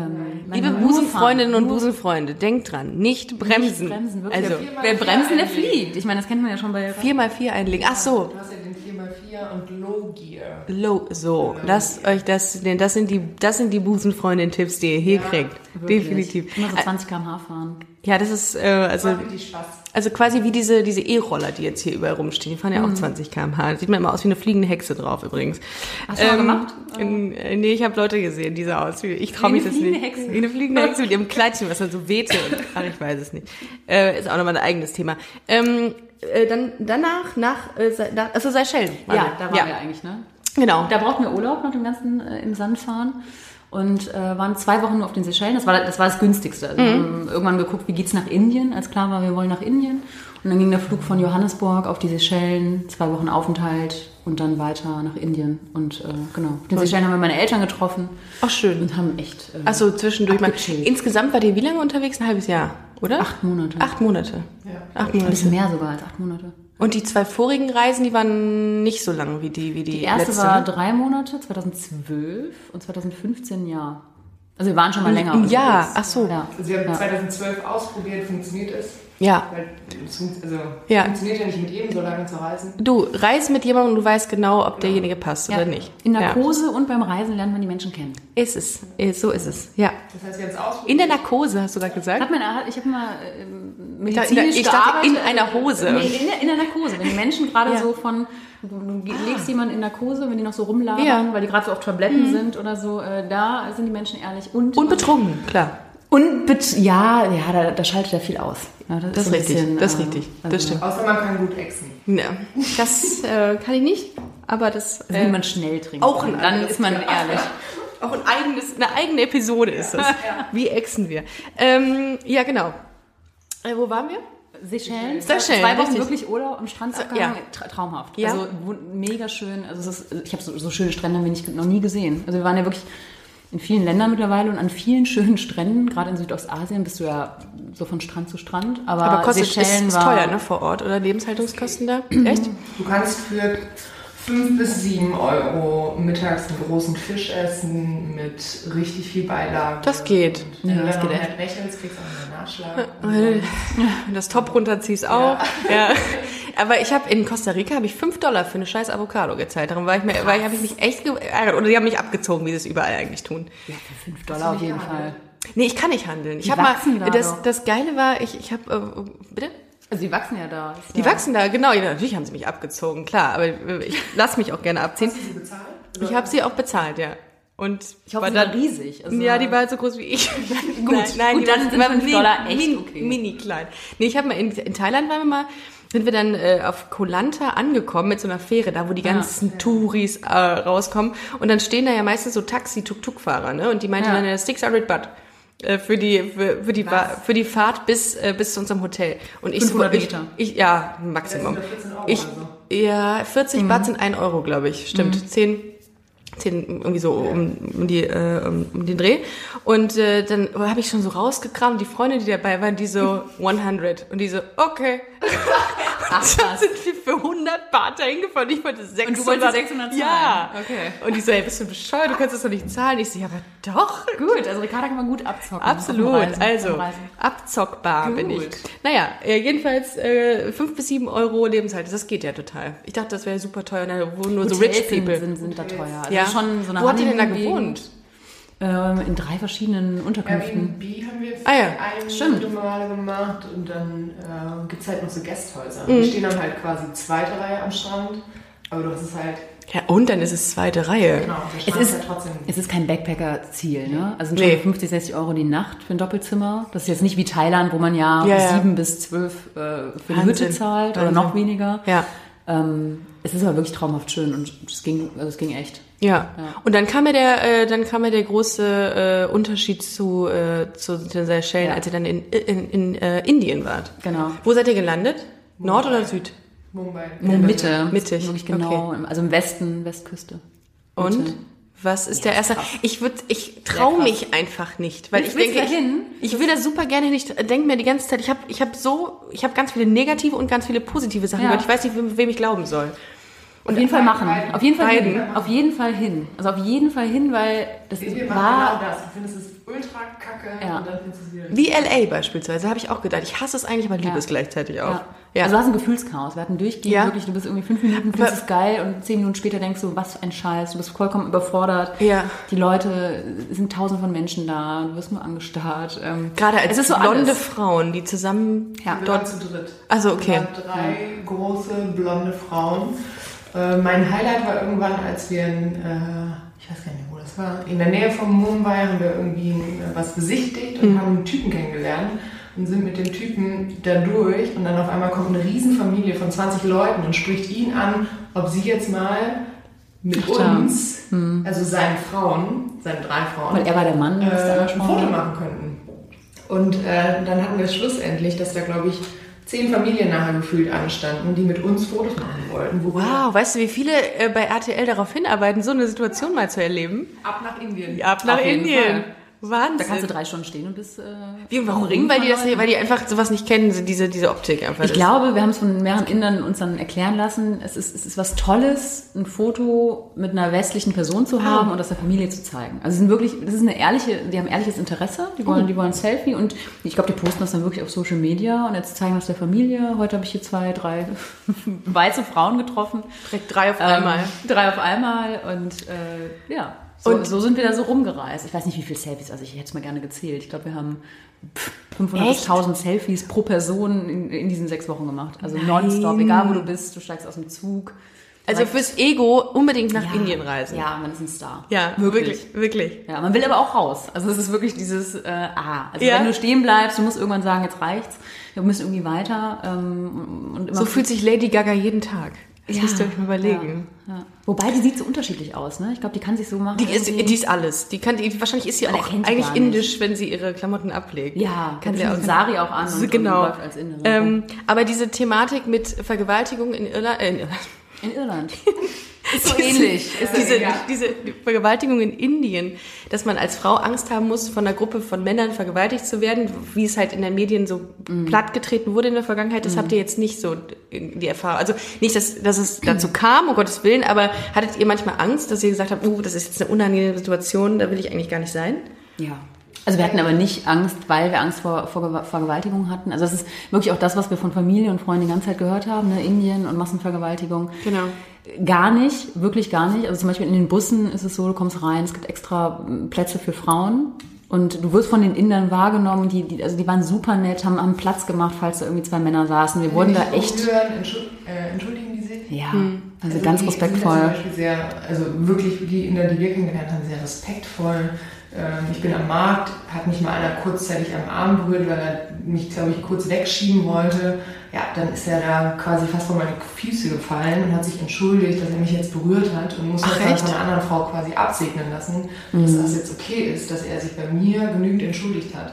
Speaker 3: man
Speaker 2: Liebe
Speaker 3: muss
Speaker 2: Busenfreundinnen
Speaker 3: fahren.
Speaker 2: und Busenfreunde, denkt dran, nicht bremsen.
Speaker 3: bremsen, wirklich.
Speaker 2: Also
Speaker 3: wer, wer bremsen, der flieht. Ich meine, das kennt man ja schon bei...
Speaker 2: vier mal vier einlegen. Ach so,
Speaker 4: Du hast ja den 4x4 und Low Gear.
Speaker 3: Also-
Speaker 2: low, so. Lasst euch das, denn das sind die, das sind die Busenfreundin-Tipps, die ihr hier kriegt.
Speaker 3: Wirklich.
Speaker 2: Definitiv.
Speaker 3: Immer so 20 km/h fahren.
Speaker 2: Ja, das ist, äh, also,
Speaker 4: Macht richtig Spaß.
Speaker 2: also quasi wie diese, diese E-Roller, die jetzt hier überall rumstehen. Die fahren
Speaker 3: Mhm.
Speaker 2: ja auch 20 km/h. Sieht man immer aus wie eine fliegende Hexe drauf übrigens. Ähm,
Speaker 3: Hast du mal gemacht?
Speaker 2: In, äh, nee, ich habe Leute gesehen, die so aus wie, ich traue
Speaker 3: Wie
Speaker 2: mich
Speaker 3: eine
Speaker 2: das
Speaker 3: fliegende
Speaker 2: nicht.
Speaker 3: Hexe.
Speaker 2: Wie eine fliegende Hexe mit ihrem Kleidchen, was dann so wehte. Und, ach, ich weiß es nicht. Äh, ist auch nochmal ein eigenes Thema. Ähm, äh, dann danach, nach, äh, Se- nach also Seychellen. waren
Speaker 3: Ja, da waren
Speaker 2: ja.
Speaker 3: wir eigentlich, ne?
Speaker 2: Genau.
Speaker 3: Da brauchten wir Urlaub nach dem ganzen äh, im Sand fahren und äh, waren zwei Wochen nur auf den Seychellen. Das war das, war das günstigste. Also, wir
Speaker 2: Mhm.
Speaker 3: haben irgendwann geguckt, wie geht's nach Indien, als klar war, wir wollen nach Indien. Und dann ging der Flug von Johannesburg auf die Seychellen, zwei Wochen Aufenthalt und dann weiter nach Indien. Und äh, genau, auf den Seychellen haben wir meine Eltern getroffen
Speaker 2: Auch schön.
Speaker 3: und haben echt äh,
Speaker 2: Achso, zwischendurch mal.
Speaker 3: Abgechillt.
Speaker 2: Insgesamt wart ihr wie lange unterwegs? Ein halbes Jahr, oder?
Speaker 3: acht Monate.
Speaker 2: Acht Monate. Acht
Speaker 3: Ein
Speaker 2: Monate.
Speaker 3: bisschen mehr sogar als acht Monate.
Speaker 2: Und die zwei vorigen Reisen, die waren nicht so lang wie die, wie die,
Speaker 3: Die erste
Speaker 2: letzte. ne?
Speaker 3: war drei Monate, 2012 und 2015 ein Jahr. Also wir waren schon mal länger.
Speaker 2: Ein Jahr,
Speaker 3: unterwegs.
Speaker 2: ach so.
Speaker 3: Ja.
Speaker 4: Also wir haben
Speaker 3: Ja.
Speaker 4: 2012 ausprobiert, funktioniert es.
Speaker 2: ja.
Speaker 4: Weil es funkt- also
Speaker 2: Ja.
Speaker 4: funktioniert ja nicht mit jedem so lange zu reisen.
Speaker 2: Du reist mit jemandem und du weißt genau, ob derjenige passt oder nicht.
Speaker 3: In
Speaker 2: ja.
Speaker 3: Narkose und beim Reisen lernt man die Menschen kennen.
Speaker 2: Ist es. Ist, so ist es. Ja.
Speaker 4: Das heißt, wir haben es
Speaker 2: In
Speaker 4: ausprobiert.
Speaker 2: der Narkose, hast du gerade gesagt?
Speaker 3: Hat man, ich habe mal ähm, medizinisch
Speaker 2: dachte- ich dachte,
Speaker 3: gearbeitet.
Speaker 2: in einer Hose.
Speaker 3: Nee, in, der- in der Narkose. Wenn die Menschen gerade
Speaker 2: Ja. Ah.
Speaker 3: so von, du du legst jemanden in Narkose, wenn die noch so rumlabern,
Speaker 2: Ja. Mhm.
Speaker 3: weil die gerade so auf Tabletten sind oder so, äh, da sind die Menschen ehrlich. Und, äh,
Speaker 2: Und betrunken, klar.
Speaker 3: Und bet ja, ja da, da schaltet ja viel aus. Ja,
Speaker 2: Das ist
Speaker 3: so ein äh, also
Speaker 2: richtig, das ist richtig, das stimmt.
Speaker 4: Außer man kann gut exen.
Speaker 2: Ja. Das äh, kann ich nicht, aber das.
Speaker 3: Also, wie
Speaker 2: Äh,
Speaker 3: man schnell trinkt.
Speaker 2: auch ein
Speaker 3: dann
Speaker 2: anderes
Speaker 3: ist man ehrlich.
Speaker 2: auch ein eigenes, eine eigene Episode ist das. Wie exen wir? Ähm, ja, genau. Äh, wo waren wir?
Speaker 3: Seychellen.
Speaker 2: Seychellen,
Speaker 3: Zwei Wochen
Speaker 2: richtig.
Speaker 3: wirklich Urlaub am Strand
Speaker 2: So,
Speaker 3: abgehangen.
Speaker 2: ja.
Speaker 3: Tra traumhaft.
Speaker 2: Ja.
Speaker 3: Also wu- mega schön. Also es ist, ich habe so, so schöne Strände haben wir nicht, noch nie gesehen. Also wir waren ja wirklich in vielen Ländern mittlerweile und an vielen schönen Stränden. Gerade in Südostasien bist du ja so von Strand zu Strand. Aber,
Speaker 2: Aber kostet ist,
Speaker 3: Seychellen
Speaker 2: ist
Speaker 3: war Mhm.
Speaker 2: teuer, ne, vor Ort, oder? Lebenshaltungskosten da? Echt?
Speaker 4: Du kannst für 5 bis 7 Euro mittags einen großen Fisch essen mit richtig viel Beilage.
Speaker 2: Das geht.
Speaker 4: Und äh, wenn
Speaker 3: Ja,
Speaker 4: du
Speaker 3: das
Speaker 4: dann noch
Speaker 3: geht
Speaker 4: mehr lächelst, kriegst du auch einen Nachschlag.
Speaker 2: Wenn das Top runterziehst auch. Ja. Aber ich habe in Costa Rica habe ich 5 Dollar für eine scheiß Avocado gezahlt. Darum war ich mir, weil habe ich mich echt geärgert. Oder die haben mich abgezogen, wie sie es überall eigentlich tun.
Speaker 3: fünf Dollar auf jeden Fall.
Speaker 2: Nee, ich kann nicht handeln. Ich
Speaker 3: Die
Speaker 2: habe
Speaker 3: wachsen
Speaker 2: mal
Speaker 3: da
Speaker 2: das,
Speaker 3: doch.
Speaker 2: das Geile war, ich ich habe äh, bitte
Speaker 3: Also die wachsen ja da. Ist
Speaker 2: die
Speaker 3: ja.
Speaker 2: wachsen da, genau. Ja, natürlich haben sie mich abgezogen, klar. Aber äh, ich lasse mich auch gerne abziehen.
Speaker 4: Hast du sie bezahlt?
Speaker 2: Ich habe sie auch bezahlt, ja. Und
Speaker 3: Ich hoffe,
Speaker 2: war
Speaker 3: die
Speaker 2: dann-
Speaker 3: waren riesig. Also,
Speaker 2: ja, die war halt so groß wie ich.
Speaker 3: Gut, gut, dann sind fünf Dollar echt
Speaker 2: mini,
Speaker 3: okay.
Speaker 2: mini klein. Nee, ich habe mal in, in Thailand waren wir mal, sind wir dann äh, auf Koh Lanta angekommen mit so einer Fähre, da wo
Speaker 3: Ah,
Speaker 2: die ganzen Touris äh, rauskommen. Und dann stehen da ja meistens so Taxi-Tuk-Tuk-Fahrer, ne? Und die meinten
Speaker 3: Ja.
Speaker 2: dann, ja, 600 Baht. äh, Für die, für, für, die Wa- für die Fahrt bis, äh, bis zu unserem Hotel. Und ich,
Speaker 3: 500
Speaker 2: ich,
Speaker 3: Meter.
Speaker 2: ich Ja, Maximum.
Speaker 4: Das sind doch 14 Euro
Speaker 2: ich,
Speaker 4: oder
Speaker 3: Mhm.
Speaker 2: Ja, 40 Baht sind 1 Euro, glaube ich. Stimmt. 10, 10, irgendwie so um, um die, äh, um, um den Dreh. Und äh, dann habe ich schon so rausgekramt, die Freunde, die dabei waren, die so 100. Und die so, okay. Ach, dann sind wir für 100 Bart dahin gefahren. Ich wollte 600.
Speaker 3: Und du wolltest 600 zahlen?
Speaker 2: Ja.
Speaker 3: Okay.
Speaker 2: Und die so, ey, bist du bescheuert, du kannst das doch nicht zahlen. Ich so, ja, aber doch.
Speaker 3: Gut, also Ricarda kann man gut abzocken.
Speaker 2: Absolut,
Speaker 3: Auf dem Reisen, auf
Speaker 2: also
Speaker 3: dem Reisen.
Speaker 2: abzockbar bin ich.
Speaker 3: Gut.
Speaker 2: Naja, äh, jedenfalls äh, 5 bis 7 Euro Lebenshalt, das geht ja total. Ich dachte, das wäre super teuer, da wohnen nur so
Speaker 3: Hotels
Speaker 2: rich
Speaker 3: sind,
Speaker 2: people.
Speaker 3: Sind, sind da teuer. Also
Speaker 2: ja.
Speaker 3: schon so eine
Speaker 2: Wo habt ihr denn da
Speaker 3: Honeymoon-Gegend.
Speaker 2: gewohnt?
Speaker 3: Ähm, in drei verschiedenen Unterkünften.
Speaker 4: Airbnb haben wir
Speaker 2: Ah ja,
Speaker 4: eine
Speaker 3: stimmt.
Speaker 4: Stunde mal gemacht und dann äh, gibt es halt noch so Gasthäuser. Die stehen dann halt quasi zweite Reihe am Strand, aber du hast es halt,
Speaker 2: Ja, und dann ist es zweite Reihe.
Speaker 4: genau, der
Speaker 3: Es
Speaker 4: Strand ist
Speaker 3: ist,
Speaker 4: ja trotzdem.
Speaker 3: es ist kein Backpacker-Ziel, ne? Also sind schon
Speaker 2: Nee.
Speaker 3: 50, 60 Euro die Nacht für ein Doppelzimmer. Das ist jetzt nicht wie Thailand, wo man ja,
Speaker 2: Ja, ja.
Speaker 3: sieben bis zwölf äh, für eine
Speaker 2: Wahnsinn.
Speaker 3: Hütte zahlt oder
Speaker 2: Wahnsinn.
Speaker 3: noch weniger.
Speaker 2: Ja.
Speaker 3: Ähm, es ist aber wirklich traumhaft schön und es ging, also es ging echt.
Speaker 2: Ja. Und dann kam ja der, äh, dann kam ja der große äh, Unterschied zu, äh, zu den Seychellen,
Speaker 3: Ja.
Speaker 2: als ihr dann in, in, in äh, Indien wart.
Speaker 3: Genau.
Speaker 2: Wo seid ihr gelandet? Nord oder Süd?
Speaker 4: Mumbai.
Speaker 3: In der Mitte.
Speaker 2: Mittig,
Speaker 3: Wirklich genau. im- Also im Westen, Westküste.
Speaker 2: Und?
Speaker 3: Mitte.
Speaker 2: Was ist der erste? Ich würde, ich traue
Speaker 3: krass.
Speaker 2: mich einfach nicht, weil
Speaker 3: Willst-
Speaker 2: ich
Speaker 3: willst
Speaker 2: denke,
Speaker 3: du da hin?
Speaker 2: ich, ich will da super gerne nicht. Denk mir die ganze Zeit, ich habe, ich habe so, ich habe ganz viele negative und ganz viele positive Sachen
Speaker 3: Ja.
Speaker 2: gehört. Ich weiß nicht, wem, wem ich glauben soll.
Speaker 3: Auf jeden Fall machen.
Speaker 4: beiden.
Speaker 3: Auf jeden Fall
Speaker 2: Beiden.
Speaker 3: hin. Auf jeden Fall hin. Also auf jeden Fall hin, weil das
Speaker 4: Wir
Speaker 3: war
Speaker 4: machen genau das. Du findest es ultra kacke
Speaker 3: Ja.
Speaker 4: und dann findest du es wieder.
Speaker 2: Wie LA beispielsweise habe ich auch gedacht. Ich hasse es eigentlich, aber liebe es gleichzeitig auch.
Speaker 3: Ja.
Speaker 2: Ja.
Speaker 3: Also du hast ein Gefühlschaos. Wir hatten durchgehend
Speaker 2: Ja.
Speaker 3: wirklich, du bist irgendwie fünf Minuten, fühlst
Speaker 2: Aber-
Speaker 3: es geil und zehn Minuten später denkst du, was für ein Scheiß, du bist vollkommen überfordert.
Speaker 2: Ja.
Speaker 3: Die Leute, es sind tausend von Menschen da, du wirst nur angestarrt. Ähm,
Speaker 2: Gerade als
Speaker 3: es ist so
Speaker 2: blonde
Speaker 3: alles.
Speaker 2: Frauen, die zusammen
Speaker 3: Ja.
Speaker 4: Wir waren
Speaker 2: dort.
Speaker 4: zu dritt.
Speaker 2: Also, okay.
Speaker 4: Wir waren drei große blonde Frauen. Äh, mein Highlight war irgendwann, als wir in, äh, ich weiß gar nicht, wo das war, in der Nähe von Mumbai haben wir irgendwie äh, was besichtigt und haben einen Typen kennengelernt und sind mit dem Typen da durch und dann auf einmal kommt eine Riesenfamilie von 20 Leuten und spricht ihn an, ob sie jetzt mal mit
Speaker 3: Ach, da.
Speaker 4: uns, also seinen Frauen, seinen drei Frauen,
Speaker 3: Weil er war der Mann, hast du
Speaker 4: äh, ein
Speaker 3: angesprochen.
Speaker 4: Foto machen könnten. Und äh, dann hatten wir es schlussendlich, dass da, glaube ich, zehn Familien nachher gefühlt anstanden, die mit uns Fotos machen wollten. Wo wir
Speaker 2: Wow, weißt du, wie viele äh, bei RTL darauf hinarbeiten, so eine Situation mal zu erleben?
Speaker 4: Ab nach Indien.
Speaker 2: Ab nach
Speaker 3: Auf jeden
Speaker 2: Indien.
Speaker 3: Fall.
Speaker 2: Wahnsinn.
Speaker 3: da kannst du drei Stunden stehen und bist. Äh,
Speaker 2: Wie, warum?
Speaker 3: umringt
Speaker 2: Weil die,
Speaker 3: von
Speaker 2: das,
Speaker 3: Leuten.
Speaker 2: weil die einfach sowas nicht kennen, so diese, diese Optik einfach.
Speaker 3: Ich
Speaker 2: Das-
Speaker 3: glaube, wir haben es von mehreren Indern uns dann erklären lassen. Es ist, es ist was Tolles, ein Foto mit einer westlichen Person
Speaker 2: Ah.
Speaker 3: zu haben und das der Familie zu zeigen. Also sie sind wirklich, das ist eine ehrliche, die haben ehrliches Interesse, die
Speaker 2: Oh.
Speaker 3: wollen, die wollen ein Selfie und ich glaube, die posten das dann wirklich auf Social Media und jetzt zeigen das der Familie. Heute habe ich hier zwei, drei weiße Frauen getroffen.
Speaker 2: Direkt drei auf
Speaker 3: Ähm,
Speaker 2: einmal.
Speaker 3: drei auf einmal und äh, ja. So,
Speaker 2: Und-
Speaker 3: und so sind wir da so rumgereist. Ich weiß nicht, wie viele Selfies, also ich hätte es mal gerne gezählt. Ich glaube, wir haben pff, 500 bis
Speaker 2: Echt?
Speaker 3: 1000 Selfies pro Person in, in diesen sechs Wochen gemacht. Also nonstop, egal wo du bist, du steigst aus dem Zug.
Speaker 2: Also fürs Ego unbedingt nach
Speaker 3: Ja.
Speaker 2: Indien reisen.
Speaker 3: Ja, man ist ein Star.
Speaker 2: ja wirklich, wirklich.
Speaker 3: Ja, man will aber auch raus. Also es ist wirklich dieses, äh, ah, also
Speaker 2: Ja.
Speaker 3: wenn du stehen bleibst, du musst irgendwann sagen, jetzt reicht's, wir müssen irgendwie weiter. Ähm, und immer
Speaker 2: So fühlt sich Lady Gaga jeden Tag. Das müsst ihr euch mal überlegen.
Speaker 3: Ja, ja. Wobei, die sieht so unterschiedlich aus, ne? Ich glaube, die kann sich so machen.
Speaker 2: Die, ist,
Speaker 3: irgendwie.
Speaker 2: die ist alles. Die kann, die, wahrscheinlich ist sie
Speaker 3: Man
Speaker 2: auch
Speaker 3: erkennt sie
Speaker 2: eigentlich
Speaker 3: gar nicht.
Speaker 2: indisch, wenn sie ihre Klamotten ablegt.
Speaker 3: Ja,
Speaker 2: Kann
Speaker 3: kann
Speaker 2: sie
Speaker 3: sie
Speaker 2: auch-
Speaker 3: auch Sari auch an
Speaker 2: So,
Speaker 3: und,
Speaker 2: genau.
Speaker 3: und läuft als Innere.
Speaker 2: Ähm, aber diese Thematik mit Vergewaltigung in Irland, äh, in Irland.
Speaker 3: in Irland. Ist so ähnlich. Ist so
Speaker 2: Äh, diese,
Speaker 3: ähnlich.
Speaker 2: diese Vergewaltigung in Indien, dass man als Frau Angst haben muss, von einer Gruppe von Männern vergewaltigt zu werden, wie es halt in den Medien so plattgetreten wurde in der Vergangenheit, das habt ihr jetzt nicht so in die Erfahrung. Also nicht, dass, dass es dazu kam, um Gottes Willen, aber hattet ihr manchmal Angst, dass ihr gesagt habt, oh, das ist jetzt eine unangenehme Situation, da will ich eigentlich gar nicht sein?
Speaker 3: Ja. Also wir hatten aber nicht Angst, weil wir Angst vor, vor Gewa- Vergewaltigung hatten. Also das ist wirklich auch das, was wir von Familie und Freunden die ganze Zeit gehört haben, ne? Indien und Massenvergewaltigung.
Speaker 2: Genau.
Speaker 3: Gar nicht, wirklich gar nicht. Also zum Beispiel in den Bussen ist es so, du kommst rein, es gibt extra m, Plätze für Frauen und du wirst von den Indern wahrgenommen, die, die also die waren super nett, haben, haben Platz gemacht, falls da irgendwie zwei Männer saßen. Wir wurden da echt
Speaker 4: Hören, entschu- äh, entschuldigen die sich.
Speaker 3: Ja, also, ganz
Speaker 4: die Sind da zum
Speaker 3: respektvoll.
Speaker 4: Beispiel sehr, also wirklich die Inder, die wir kennengelernt haben, sehr respektvoll. Ähm, Ich bin am Markt, hat mich mal einer kurzzeitig am Arm berührt, weil er mich, glaube ich, kurz wegschieben wollte. Ja, dann ist er da quasi fast vor meine Füße gefallen und hat sich entschuldigt, dass er mich jetzt berührt hat und muss mich
Speaker 2: Ach,
Speaker 4: dann
Speaker 2: echt? Mhm.
Speaker 4: von einer anderen Frau quasi absegnen lassen, dass das jetzt okay ist, dass er sich bei mir genügend entschuldigt hat.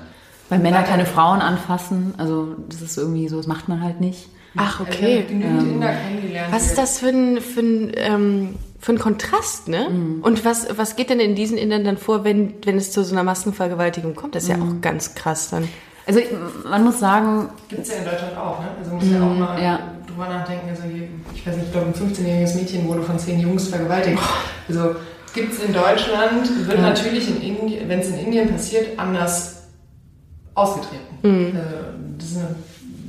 Speaker 3: Weil Männer keine Frauen anfassen, also das ist irgendwie so, das macht man halt nicht.
Speaker 2: Ach, Ähm,
Speaker 4: Also, ich habe genügend Inder kennengelernt.
Speaker 2: Was
Speaker 4: die
Speaker 2: ist das für ein, für ein ähm, für ein Kontrast, ne? Und was, was geht denn in diesen Innern dann vor, wenn, wenn es zu so einer Massenvergewaltigung kommt? Das ist ja auch ganz krass dann.
Speaker 3: Also ich- man muss sagen,
Speaker 4: Gibt es ja in Deutschland auch, ne? Also muss ja auch mal
Speaker 3: Mhm, ja.
Speaker 4: drüber nachdenken. Also hier, ich weiß nicht, ich glaube, ein 15-jähriges Mädchen wurde von 10 Jungs vergewaltigt. Also gibt es in Deutschland, wird natürlich, in Indien, wenn es in Indien passiert, anders ausgetreten.
Speaker 3: Mhm.
Speaker 4: Äh, das ist eine,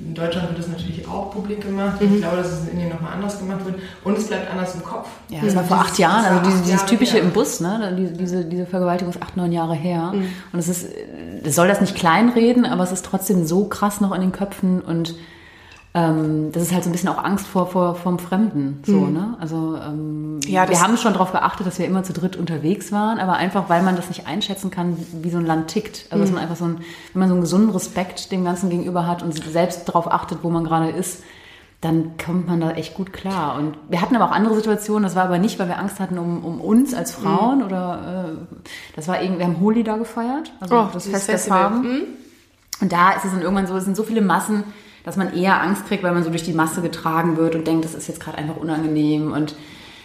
Speaker 4: in Deutschland wird das natürlich auch publik gemacht.
Speaker 3: Mhm.
Speaker 4: Ich glaube, dass es in Indien nochmal anders gemacht wird. Und es bleibt anders im Kopf.
Speaker 3: Ja, das war vor acht
Speaker 4: Dieses-
Speaker 3: Jahren,
Speaker 4: das war
Speaker 3: also dieses,
Speaker 4: acht
Speaker 3: dieses
Speaker 4: Jahre
Speaker 3: typische
Speaker 4: her.
Speaker 3: im Bus, ne? Diese, diese, diese Vergewaltigung ist acht, neun Jahre her. Und es ist, das soll das nicht kleinreden, aber es ist trotzdem so krass noch in den Köpfen und ähm, das ist halt so ein bisschen auch Angst vor, vor vom Fremden. So, ne? Also ähm,
Speaker 2: Ja, das-
Speaker 3: wir haben schon darauf geachtet, dass wir immer zu dritt unterwegs waren, aber einfach, weil man das nicht einschätzen kann, wie so ein Land tickt. Also dass
Speaker 2: Mhm.
Speaker 3: man einfach so ein, wenn man so einen gesunden Respekt dem Ganzen gegenüber hat und selbst darauf achtet, wo man gerade ist, dann kommt man da echt gut klar. Und wir hatten aber auch andere Situationen, das war aber nicht, weil wir Angst hatten um, um uns als
Speaker 2: Mhm.
Speaker 3: Frauen oder äh, das war irgendwie, wir haben Holi da gefeiert, also
Speaker 2: Oh,
Speaker 3: das
Speaker 2: dieses
Speaker 3: Fest der
Speaker 2: Festival.
Speaker 3: Farben. Und da ist es dann irgendwann so, es sind so viele Massen, dass man eher Angst kriegt, weil man so durch die Masse getragen wird und denkt, das ist jetzt gerade einfach unangenehm und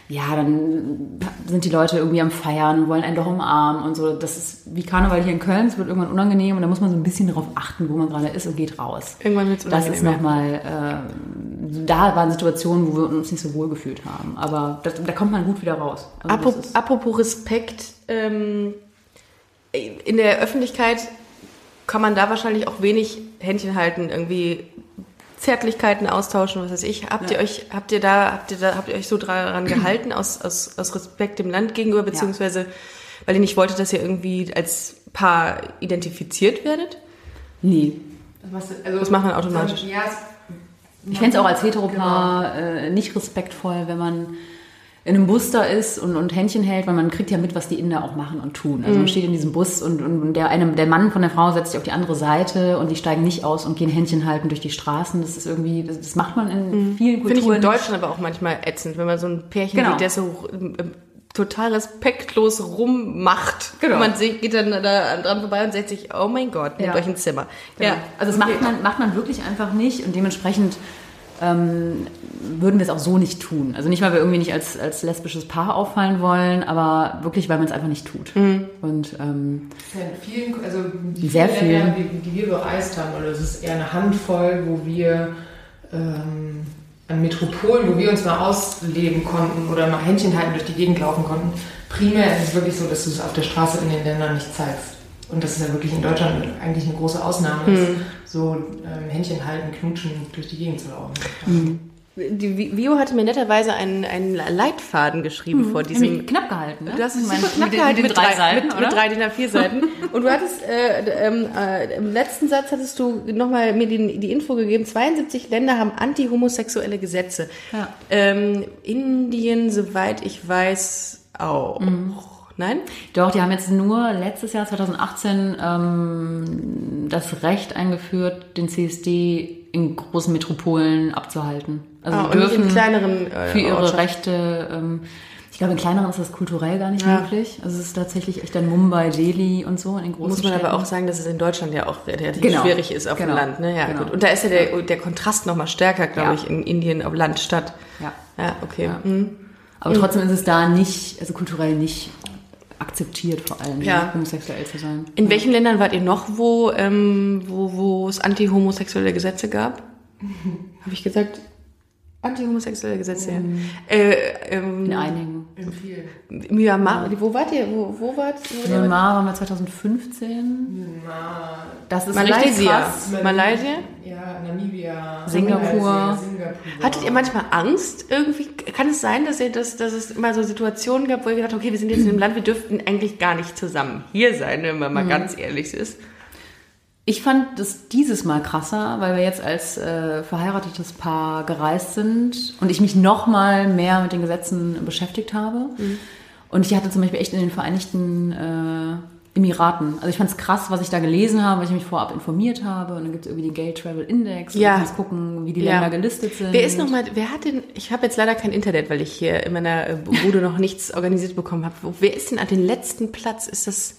Speaker 3: ja, dann sind die Leute irgendwie am Feiern, wollen einen doch umarmen und so. Das ist wie Karneval hier in Köln, es wird irgendwann unangenehm und da muss man so ein bisschen drauf achten, wo man gerade ist und geht raus.
Speaker 2: Irgendwann wird's
Speaker 3: Das ist
Speaker 2: unangenehm,
Speaker 3: nochmal, äh, da waren Situationen, wo wir uns nicht so wohl gefühlt haben, aber das, da kommt man gut wieder raus. Also das
Speaker 2: Apropos,
Speaker 3: ist-
Speaker 2: apropos Respekt, ähm, in der Öffentlichkeit kann man da wahrscheinlich auch wenig Händchen halten, irgendwie Zärtlichkeiten austauschen, was weiß ich. Habt ihr euch, habt ihr da, habt ihr da, habt ihr euch so daran gehalten aus, aus, aus Respekt dem Land gegenüber, beziehungsweise weil ihr nicht wolltet, dass ihr irgendwie als Paar identifiziert werdet?
Speaker 3: nee,
Speaker 4: Das, machst du- also,
Speaker 2: Das macht man automatisch.
Speaker 4: Ja, es- genau.
Speaker 3: Ich fände es auch als Heteropaar
Speaker 2: Genau.
Speaker 3: äh, nicht respektvoll, wenn man in einem Bus da ist und, und Händchen hält, weil man kriegt ja mit, was die Inder auch machen und tun.
Speaker 2: Mhm.
Speaker 3: Also man steht in diesem Bus und, und der, eine, der Mann von der Frau setzt sich auf die andere Seite und die steigen nicht aus und gehen Händchen halten durch die Straßen. Das ist irgendwie, das, das macht man in vielen
Speaker 2: Finde Mhm. ich in
Speaker 3: Kulturen.
Speaker 2: Deutschland aber auch manchmal ätzend, wenn man so ein Pärchen
Speaker 3: Genau.
Speaker 2: sieht, der so ähm, ähm, total respektlos rummacht.
Speaker 3: Genau.
Speaker 2: Und man sieht, geht dann da dran vorbei und sagt sich, oh mein Gott, nehmt
Speaker 3: Ja.
Speaker 2: euch ein Zimmer.
Speaker 3: Genau.
Speaker 2: Ja.
Speaker 3: Also das macht man, macht man wirklich einfach nicht und dementsprechend ähm, würden wir es auch so nicht tun. Also nicht, weil wir irgendwie nicht als, als lesbisches Paar auffallen wollen, aber wirklich, weil man es einfach nicht tut.
Speaker 2: Mhm.
Speaker 3: Und ähm,
Speaker 4: Ja, in vielen, also die
Speaker 3: Sehr
Speaker 4: vielen
Speaker 3: vielen.
Speaker 4: Ländern, die, die wir bereist haben, oder es ist eher eine Handvoll, wo wir ähm, an Metropolen, wo wir uns mal ausleben konnten oder mal Händchen halten durch die Gegend laufen konnten. Primär ist es wirklich so, dass du es auf der Straße in den Ländern nicht zeigst. Und das ist ja wirklich in Deutschland eigentlich eine große Ausnahme,
Speaker 3: Hm.
Speaker 4: ist, so ähm, Händchen halten, knutschen, durch die Gegend zu laufen.
Speaker 3: Hm.
Speaker 2: Die Vi- Vio hatte mir netterweise einen, einen Leitfaden geschrieben
Speaker 3: Mhm.
Speaker 2: vor diesem.
Speaker 3: Ziemlich knapp gehalten, ne?
Speaker 2: Du hast es
Speaker 3: Mein-
Speaker 2: super knapp gehalten
Speaker 3: mit, den- mit, drei Seiten,
Speaker 2: mit,
Speaker 3: oder?
Speaker 2: mit drei DIN A4 Seiten. Und du hattest äh, d- ähm, äh, im letzten Satz hattest du nochmal mir die, die Info gegeben. 72 Länder haben anti-homosexuelle Gesetze.
Speaker 3: Ja.
Speaker 2: Ähm, Indien, soweit ich weiß, auch.
Speaker 3: Mhm.
Speaker 2: Nein?
Speaker 3: Doch, die haben jetzt nur letztes Jahr 2018 ähm, das Recht eingeführt, den CSD in großen Metropolen abzuhalten. Also
Speaker 2: Ah, und nicht
Speaker 3: dürfen
Speaker 2: in kleineren äh,
Speaker 3: für ihre
Speaker 2: Ortschaften.
Speaker 3: Rechte. Ähm, ich glaube, in kleineren ist das kulturell gar nicht
Speaker 2: Ja.
Speaker 3: möglich. Also es ist tatsächlich echt dann Mumbai, Delhi und so in den großen
Speaker 2: Muss man
Speaker 3: Städten.
Speaker 2: aber auch sagen, dass es in Deutschland ja auch relativ
Speaker 3: Genau.
Speaker 2: schwierig ist auf
Speaker 3: Genau.
Speaker 2: dem Land. Ne? Ja,
Speaker 3: Genau.
Speaker 2: gut. Und da ist ja der, der Kontrast nochmal stärker, glaube
Speaker 3: Ja.
Speaker 2: ich, in Indien auf Land, Stadt.
Speaker 3: Ja.
Speaker 2: Ja, okay.
Speaker 3: Ja.
Speaker 2: Mhm.
Speaker 3: Aber trotzdem ist es da nicht, also kulturell nicht akzeptiert vor allem,
Speaker 2: Ja.
Speaker 3: ne, homosexuell zu sein.
Speaker 2: In welchen Ländern wart ihr noch, wo, ähm, wo, wo es anti-homosexuelle Gesetze gab? Habe ich gesagt? Anti-homosexuelle Gesetze, ja. Äh, ähm,
Speaker 3: In einigen.
Speaker 4: In vielen.
Speaker 2: Myanmar, wo wart ihr? Wo, wo wart wo
Speaker 3: In Myanmar waren wir 2015. Das ist leicht
Speaker 2: Malaysia.
Speaker 3: krass.
Speaker 2: Malaysia?
Speaker 4: Ja, Namibia,
Speaker 3: Singapur.
Speaker 4: Malaysia, Singapur.
Speaker 2: Hattet ihr manchmal Angst irgendwie? Kann es sein, dass ihr das, dass es immer so Situationen gab, wo ihr gedacht habt, okay, wir sind jetzt in einem Land, wir dürften eigentlich gar nicht zusammen hier sein, wenn man mal ganz ehrlich ist.
Speaker 3: Ich fand das dieses Mal krasser, weil wir jetzt als äh, verheiratetes Paar gereist sind und ich mich noch mal mehr mit den Gesetzen beschäftigt habe.
Speaker 2: Mhm.
Speaker 3: Und ich hatte zum Beispiel echt in den Vereinigten äh, Emiraten, also ich fand es krass, was ich da gelesen habe, weil ich mich vorab informiert habe und dann gibt es irgendwie den Gay Travel Index
Speaker 2: Ja.
Speaker 3: und du kannst gucken, wie die
Speaker 2: Ja.
Speaker 3: Länder gelistet sind.
Speaker 2: Wer ist nochmal, wer hat denn, ich habe jetzt leider kein Internet, weil ich hier in meiner äh, Bude noch nichts organisiert bekommen habe. Wo- Wer ist denn an den letzten Platz? Ist das,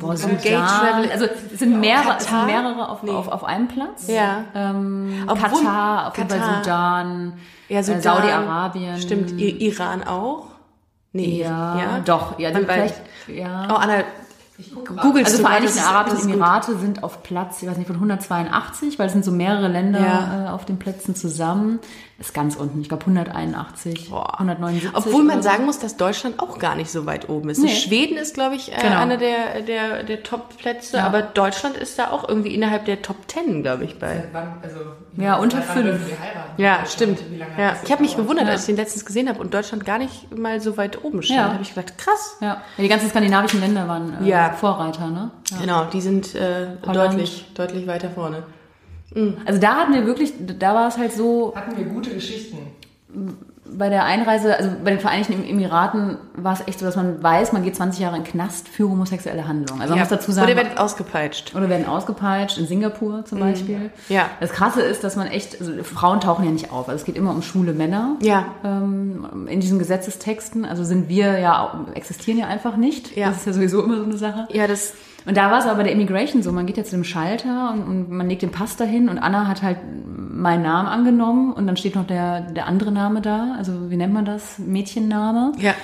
Speaker 3: Boah,
Speaker 2: Gay
Speaker 3: Sudan.
Speaker 2: Travel-
Speaker 3: also es sind mehrere, es
Speaker 2: Katar?
Speaker 3: sind mehrere auf, auf, auf einem Platz.
Speaker 2: Ja.
Speaker 3: Ähm,
Speaker 2: Obwohl-
Speaker 3: Katar, auf jeden Fall
Speaker 2: Katar.
Speaker 3: Sudan,
Speaker 2: ja,
Speaker 3: äh,
Speaker 2: Sudan,
Speaker 3: Saudi-Arabien.
Speaker 2: Stimmt, I Iran auch. Nee.
Speaker 3: Ja,
Speaker 2: ja?
Speaker 3: doch. Ja,
Speaker 2: Dann weiß
Speaker 3: vielleicht, ja.
Speaker 2: Oh, Anna,
Speaker 4: Ich gucke
Speaker 2: googelst
Speaker 3: Also
Speaker 2: du gerade, das ist
Speaker 3: Vereinigten
Speaker 2: alles
Speaker 3: Arabischen
Speaker 2: gut.
Speaker 3: Emirate sind auf Platz, ich weiß nicht, von 182, weil es sind so mehrere Länder
Speaker 2: Ja.
Speaker 3: äh, auf den Plätzen zusammen. Ist ganz unten, ich glaube 181,
Speaker 2: Boah.
Speaker 3: 179.
Speaker 2: Obwohl man
Speaker 3: oder so.
Speaker 2: sagen muss, dass Deutschland auch gar nicht so weit oben ist.
Speaker 3: Nee.
Speaker 2: Schweden ist, glaube ich, äh,
Speaker 3: Genau.
Speaker 2: einer der, der, der Top-Plätze,
Speaker 3: Ja.
Speaker 2: aber Deutschland ist da auch irgendwie innerhalb der Top Ten, glaube ich, bei.
Speaker 4: Wann, also,
Speaker 3: Ja, unter
Speaker 4: wann
Speaker 3: fünf.
Speaker 4: dürfen wir heiraten?
Speaker 2: Ja,
Speaker 4: Also,
Speaker 2: stimmt.
Speaker 4: wie lange hat
Speaker 2: Ja.
Speaker 4: das
Speaker 2: Ich habe mich
Speaker 4: gedauert?
Speaker 2: gewundert, als ich den letztens gesehen habe und Deutschland gar nicht mal so weit oben stand.
Speaker 3: Ja.
Speaker 2: Da habe ich gedacht, krass.
Speaker 3: Ja. ja, die ganzen skandinavischen Länder waren äh,
Speaker 2: Ja.
Speaker 3: Vorreiter, ne? Ja.
Speaker 2: Genau, die sind äh,
Speaker 3: Holland.
Speaker 2: deutlich, deutlich weiter vorne.
Speaker 3: Also da hatten wir wirklich, da war es halt so,
Speaker 4: Hatten wir gute Geschichten.
Speaker 3: bei der Einreise, also bei den Vereinigten Emiraten war es echt so, dass man weiß, man geht 20 Jahre in den Knast für homosexuelle Handlungen. Also man
Speaker 2: Ja.
Speaker 3: muss dazu sagen,
Speaker 2: Oder ihr werdet ausgepeitscht.
Speaker 3: Oder werden ausgepeitscht, in Singapur zum Beispiel.
Speaker 2: Mhm. Ja.
Speaker 3: Das Krasse ist, dass man echt, also Frauen tauchen ja nicht auf. Also es geht immer um schwule Männer.
Speaker 2: Ja.
Speaker 3: Ähm, in diesen Gesetzestexten, also sind wir ja, auch- existieren ja einfach nicht.
Speaker 2: Ja.
Speaker 3: Das ist ja sowieso immer so eine Sache.
Speaker 2: Ja, das.
Speaker 3: Und da war es aber bei der Immigration so, man geht ja zu dem Schalter und, und man legt den Pass dahin und Anna hat halt meinen Namen angenommen und dann steht noch der, der andere Name da, also wie nennt man das? Mädchenname.
Speaker 2: Ja.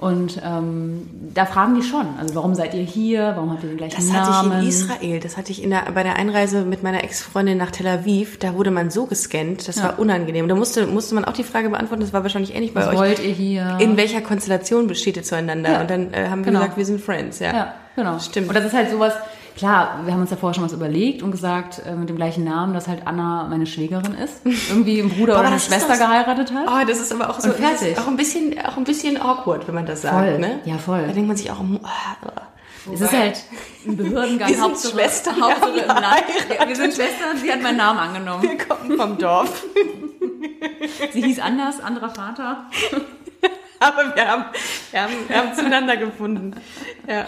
Speaker 3: Und ähm, da fragen die schon, also warum seid ihr hier, warum habt ihr den gleichen
Speaker 2: Das
Speaker 3: Namen?
Speaker 2: hatte ich in Israel, das hatte ich in der, bei der Einreise mit meiner Ex-Freundin nach Tel Aviv, da wurde man so gescannt, das war unangenehm. Da musste, musste man auch die Frage beantworten, das war wahrscheinlich ähnlich bei
Speaker 3: Was
Speaker 2: euch.
Speaker 3: wollt ihr hier?
Speaker 2: In welcher Konstellation besteht ihr zueinander?
Speaker 3: Ja.
Speaker 2: Und dann äh, haben wir
Speaker 3: Genau.
Speaker 2: gesagt, wir sind Friends, ja.
Speaker 3: Ja, genau.
Speaker 2: Stimmt.
Speaker 3: Und das ist halt sowas, klar, wir haben uns ja vorher schon was überlegt und gesagt, äh, mit dem gleichen Namen, dass halt Anna meine Schwägerin ist, irgendwie einen Bruder
Speaker 2: Boah,
Speaker 3: oder
Speaker 2: aber
Speaker 3: eine
Speaker 2: das ist
Speaker 3: Schwester
Speaker 2: doch-
Speaker 3: geheiratet hat.
Speaker 2: Oh, das ist aber auch so
Speaker 3: Und fertig.
Speaker 2: das ist Auch ein bisschen, auch ein bisschen awkward, wenn man das sagt,
Speaker 3: Voll.
Speaker 2: ne?
Speaker 3: Ja, voll.
Speaker 2: Da denkt man sich auch, oh,
Speaker 3: es ist halt ein Behördengang.
Speaker 2: Wir sind
Speaker 3: Hauptsache-
Speaker 2: Schwestern,
Speaker 3: Hauptsache
Speaker 2: wir
Speaker 3: im
Speaker 2: haben
Speaker 3: Land.
Speaker 2: geheiratet.
Speaker 3: Ja, wir sind Schwestern, sie hat meinen Namen angenommen.
Speaker 2: wir kommen vom Dorf,
Speaker 3: Sie hieß anders, anderer Vater.
Speaker 2: aber wir haben, wir haben, wir haben zueinander gefunden. Ja.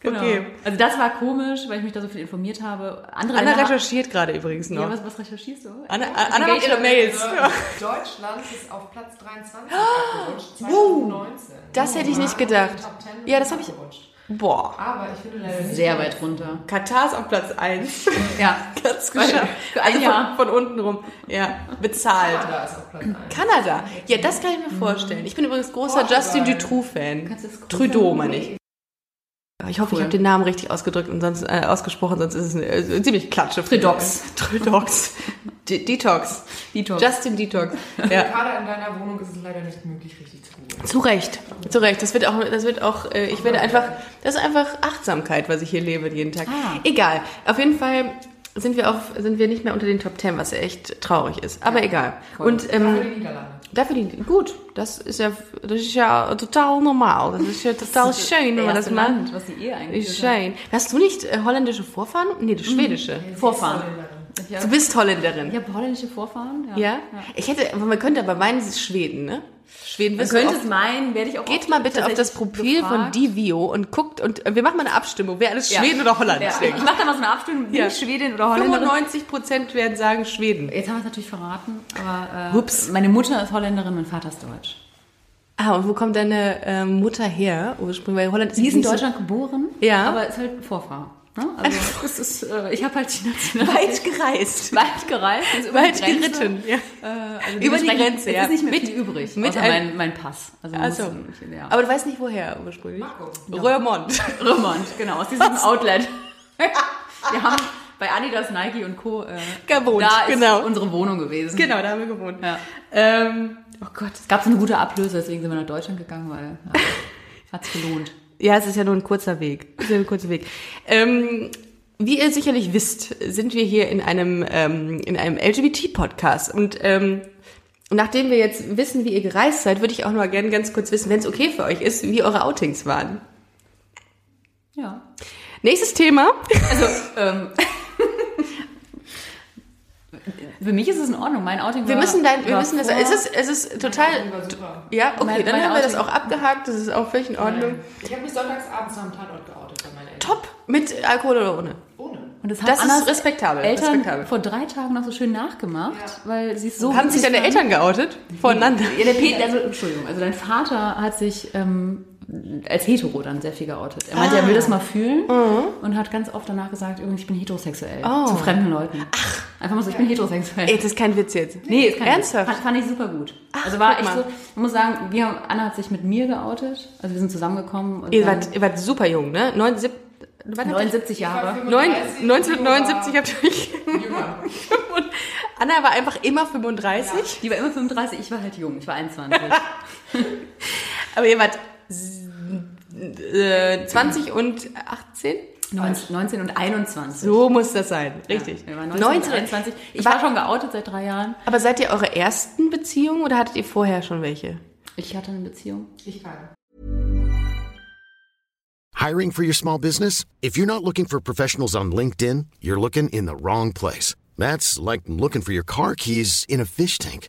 Speaker 3: Genau.
Speaker 2: Okay.
Speaker 3: Also das war komisch, weil ich mich da so viel informiert habe. Andere
Speaker 2: Anna
Speaker 3: Länder-
Speaker 2: recherchiert gerade übrigens noch.
Speaker 3: ja, was, was recherchierst du?
Speaker 2: Anna, Anna macht ihre Mails.
Speaker 4: Äh,
Speaker 2: Oh!
Speaker 4: Deutschland ist auf Platz 23 abgerutscht, 2019.
Speaker 2: Uh! Das hätte ich nicht
Speaker 4: Marken
Speaker 2: gedacht.
Speaker 4: in den Top 10
Speaker 2: Ja, das habe ich-
Speaker 4: abgerutscht.
Speaker 2: Boah.
Speaker 4: Aber ich finde leider nicht.
Speaker 3: Sehr weit runter.
Speaker 2: Katar ist auf Platz 1.
Speaker 3: Ja.
Speaker 2: Ganz geschafft. Also
Speaker 3: Für ein Jahr.
Speaker 2: Von, von unten rum. Ja. Bezahlt.
Speaker 4: Kanada ist auf Platz 1.
Speaker 2: Kanada. Ja, das kann ich mir vorstellen. Ich bin übrigens großer
Speaker 4: Portugal.
Speaker 2: Justin Dutroux-Fan.
Speaker 3: Kannst du das groß
Speaker 2: Trudeau,
Speaker 3: sagen?
Speaker 2: meine ich. Ich hoffe,
Speaker 3: Cool.
Speaker 2: ich habe den Namen richtig ausgedrückt und sonst äh, ausgesprochen, sonst ist es eine, äh, ziemlich klatsche.
Speaker 3: Tridox.
Speaker 2: Tridox. De Detox.
Speaker 3: Detox.
Speaker 2: Justin Detox. Ja.
Speaker 4: Kader in deiner Wohnung ist es leider nicht möglich, richtig zu googeln.
Speaker 2: Zu Recht, zu Recht. Das wird auch, das wird auch, äh, ich werde einfach, das ist einfach Achtsamkeit, was ich hier lebe jeden Tag.
Speaker 3: Ah.
Speaker 2: Egal. Auf jeden Fall sind wir auf, sind wir nicht mehr unter den Top Ten, was echt traurig ist. Aber egal. Und
Speaker 4: Für
Speaker 2: ähm,
Speaker 4: die Niederlande.
Speaker 2: dafür die, gut, das ist ja, das ist ja total normal. Das ist ja total schön, wenn man das macht.
Speaker 3: Land, was eh die Ehe eigentlich
Speaker 2: Ist schön. Hast du nicht äh, holländische Vorfahren? Nee, du schwedische.
Speaker 3: Vorfahren.
Speaker 2: Du bist Holländerin.
Speaker 3: Ich habe holländische Vorfahren, ja.
Speaker 2: Ja? Ich hätte, man könnte aber meinen, es ist Schweden, ne? Schweden
Speaker 3: Man
Speaker 2: wirst du
Speaker 3: könnte
Speaker 2: oft-
Speaker 3: es meinen, werde ich auch
Speaker 2: Geht
Speaker 3: oft
Speaker 2: mal bitte auf das
Speaker 3: tatsächlich
Speaker 2: Profil von
Speaker 3: gefragt.
Speaker 2: Divio und guckt und äh, wir machen mal eine Abstimmung, wer alles
Speaker 3: Ja.
Speaker 2: Schweden oder Holland
Speaker 3: Ja. Ich
Speaker 2: singt.
Speaker 3: mache da mal so eine Abstimmung, bin
Speaker 2: Ja.
Speaker 3: ich Schwedin oder Holländerin?
Speaker 2: 95 Prozent werden sagen Schweden.
Speaker 3: Jetzt haben wir es natürlich verraten, aber äh,
Speaker 2: Ups.
Speaker 3: meine Mutter ist Holländerin, mein Vater ist Deutsch.
Speaker 2: Ah, und wo kommt deine ähm, Mutter her? Ursprünglich, weil Holland ist
Speaker 3: Sie ist in
Speaker 2: nicht so-
Speaker 3: Deutschland geboren,
Speaker 2: Ja.
Speaker 3: aber ist halt ein Vorfahr. Ne? Also, es ist, äh, ich habe halt die Nationalität
Speaker 2: weit gereist.
Speaker 3: weit gereist, also über
Speaker 2: Weit
Speaker 3: die Grenze.
Speaker 2: geritten. Ja.
Speaker 3: Äh, also
Speaker 2: Über die
Speaker 3: dementsprechend
Speaker 2: Grenze, ja.
Speaker 3: Es ist nicht mehr
Speaker 2: Mit-
Speaker 3: viel übrig,
Speaker 2: mit
Speaker 3: mit außer
Speaker 2: ein-
Speaker 3: mein, mein Pass. Also, man
Speaker 2: Also,
Speaker 3: muss- ja.
Speaker 2: aber du weißt nicht woher ursprünglich.
Speaker 4: Marco.
Speaker 2: Röhrmond.
Speaker 3: Römernd, genau, aus diesem Outlet. Wir haben bei Adidas, Nike und Co. Äh,
Speaker 2: Gewohnt,
Speaker 3: da ist
Speaker 2: genau.
Speaker 3: unsere Wohnung gewesen.
Speaker 2: Genau, da haben wir gewohnt.
Speaker 3: Ja.
Speaker 2: Ähm,
Speaker 3: Oh Gott, es gab so eine gute Ablöse, deswegen sind wir nach Deutschland gegangen, weil ja, hat's gelohnt.
Speaker 2: Ja, es ist ja nur ein kurzer Weg. Es ist ja ein kurzer Weg. Ähm, wie ihr sicherlich wisst, sind wir hier in einem, ähm, in einem LGBT-Podcast. Und ähm, nachdem wir jetzt wissen, wie ihr gereist seid, würde ich auch nur gerne ganz kurz wissen, wenn es okay für euch ist, wie eure Outings waren.
Speaker 3: Ja.
Speaker 2: Nächstes Thema.
Speaker 3: Also, ähm, für mich ist es in Ordnung. Mein Outing
Speaker 2: Wir
Speaker 3: war,
Speaker 2: müssen dein, wir
Speaker 3: war
Speaker 2: müssen das,
Speaker 3: vor-
Speaker 2: es ist, es ist
Speaker 4: Die
Speaker 2: total,
Speaker 4: war super.
Speaker 2: ja, okay,
Speaker 3: Mein-
Speaker 2: dann
Speaker 3: mein
Speaker 2: haben wir das auch
Speaker 3: Outing.
Speaker 2: abgehakt, das ist auch völlig in Ordnung.
Speaker 4: Ich habe mich sonntags abends am Tatort geoutet bei meinen Eltern.
Speaker 2: Top, mit Alkohol oder ohne?
Speaker 4: Ohne.
Speaker 3: Und das, haben
Speaker 2: Das
Speaker 3: Annas
Speaker 2: ist respektabel.
Speaker 3: Eltern
Speaker 2: respektabel.
Speaker 3: vor drei Tagen noch so schön nachgemacht, weil sie es so.
Speaker 2: Haben sich
Speaker 3: witzig
Speaker 2: deine
Speaker 3: fanden.
Speaker 2: Eltern geoutet? Voreinander?
Speaker 3: Ja, der Peter, also Entschuldigung, also dein Vater hat sich ähm, als hetero dann sehr viel geoutet. Er meinte, er
Speaker 2: Ah.
Speaker 3: will das mal fühlen und hat ganz oft danach gesagt, übrigens, ich bin heterosexuell.
Speaker 2: Mhm. Oh.
Speaker 3: Zu fremden Leuten. Ach. Einfach mal so, ich bin heterosexuell.
Speaker 2: Ey, das ist kein Witz jetzt.
Speaker 3: Nee, ist kein
Speaker 2: Ernsthaft?
Speaker 3: Fand, fand ich super gut. also
Speaker 2: guck
Speaker 3: war echt
Speaker 2: mal.
Speaker 3: so, man muss sagen, wir, Anna hat sich mit mir geoutet. Also wir sind zusammengekommen. Und
Speaker 2: Ihr
Speaker 3: dann-
Speaker 2: wart, ihr wart super jung, ne? 79, wann habt ihr-
Speaker 3: 79 Jahre.
Speaker 2: Neun-
Speaker 4: 35,
Speaker 2: 1979 habt ihr euch...
Speaker 4: Jünger.
Speaker 2: Und Anna war einfach immer 35,
Speaker 3: Die war immer 35, ich war halt jung, ich war 21.
Speaker 2: aber ihr wart s- äh, 20 und 18?
Speaker 3: 19, 19 und 21.
Speaker 2: So muss das sein,
Speaker 3: Ja,
Speaker 2: richtig.
Speaker 3: wir waren 19, 19 und 21. Ich war, schon geoutet seit drei Jahren.
Speaker 2: Aber seid ihr eure ersten Beziehungen oder hattet ihr vorher schon welche?
Speaker 3: Ich hatte eine Beziehung.
Speaker 4: Ich kann.
Speaker 5: Hiring for your small business? If you're not looking for professionals on LinkedIn, you're looking in the wrong place. That's like looking for your car keys in a fish tank.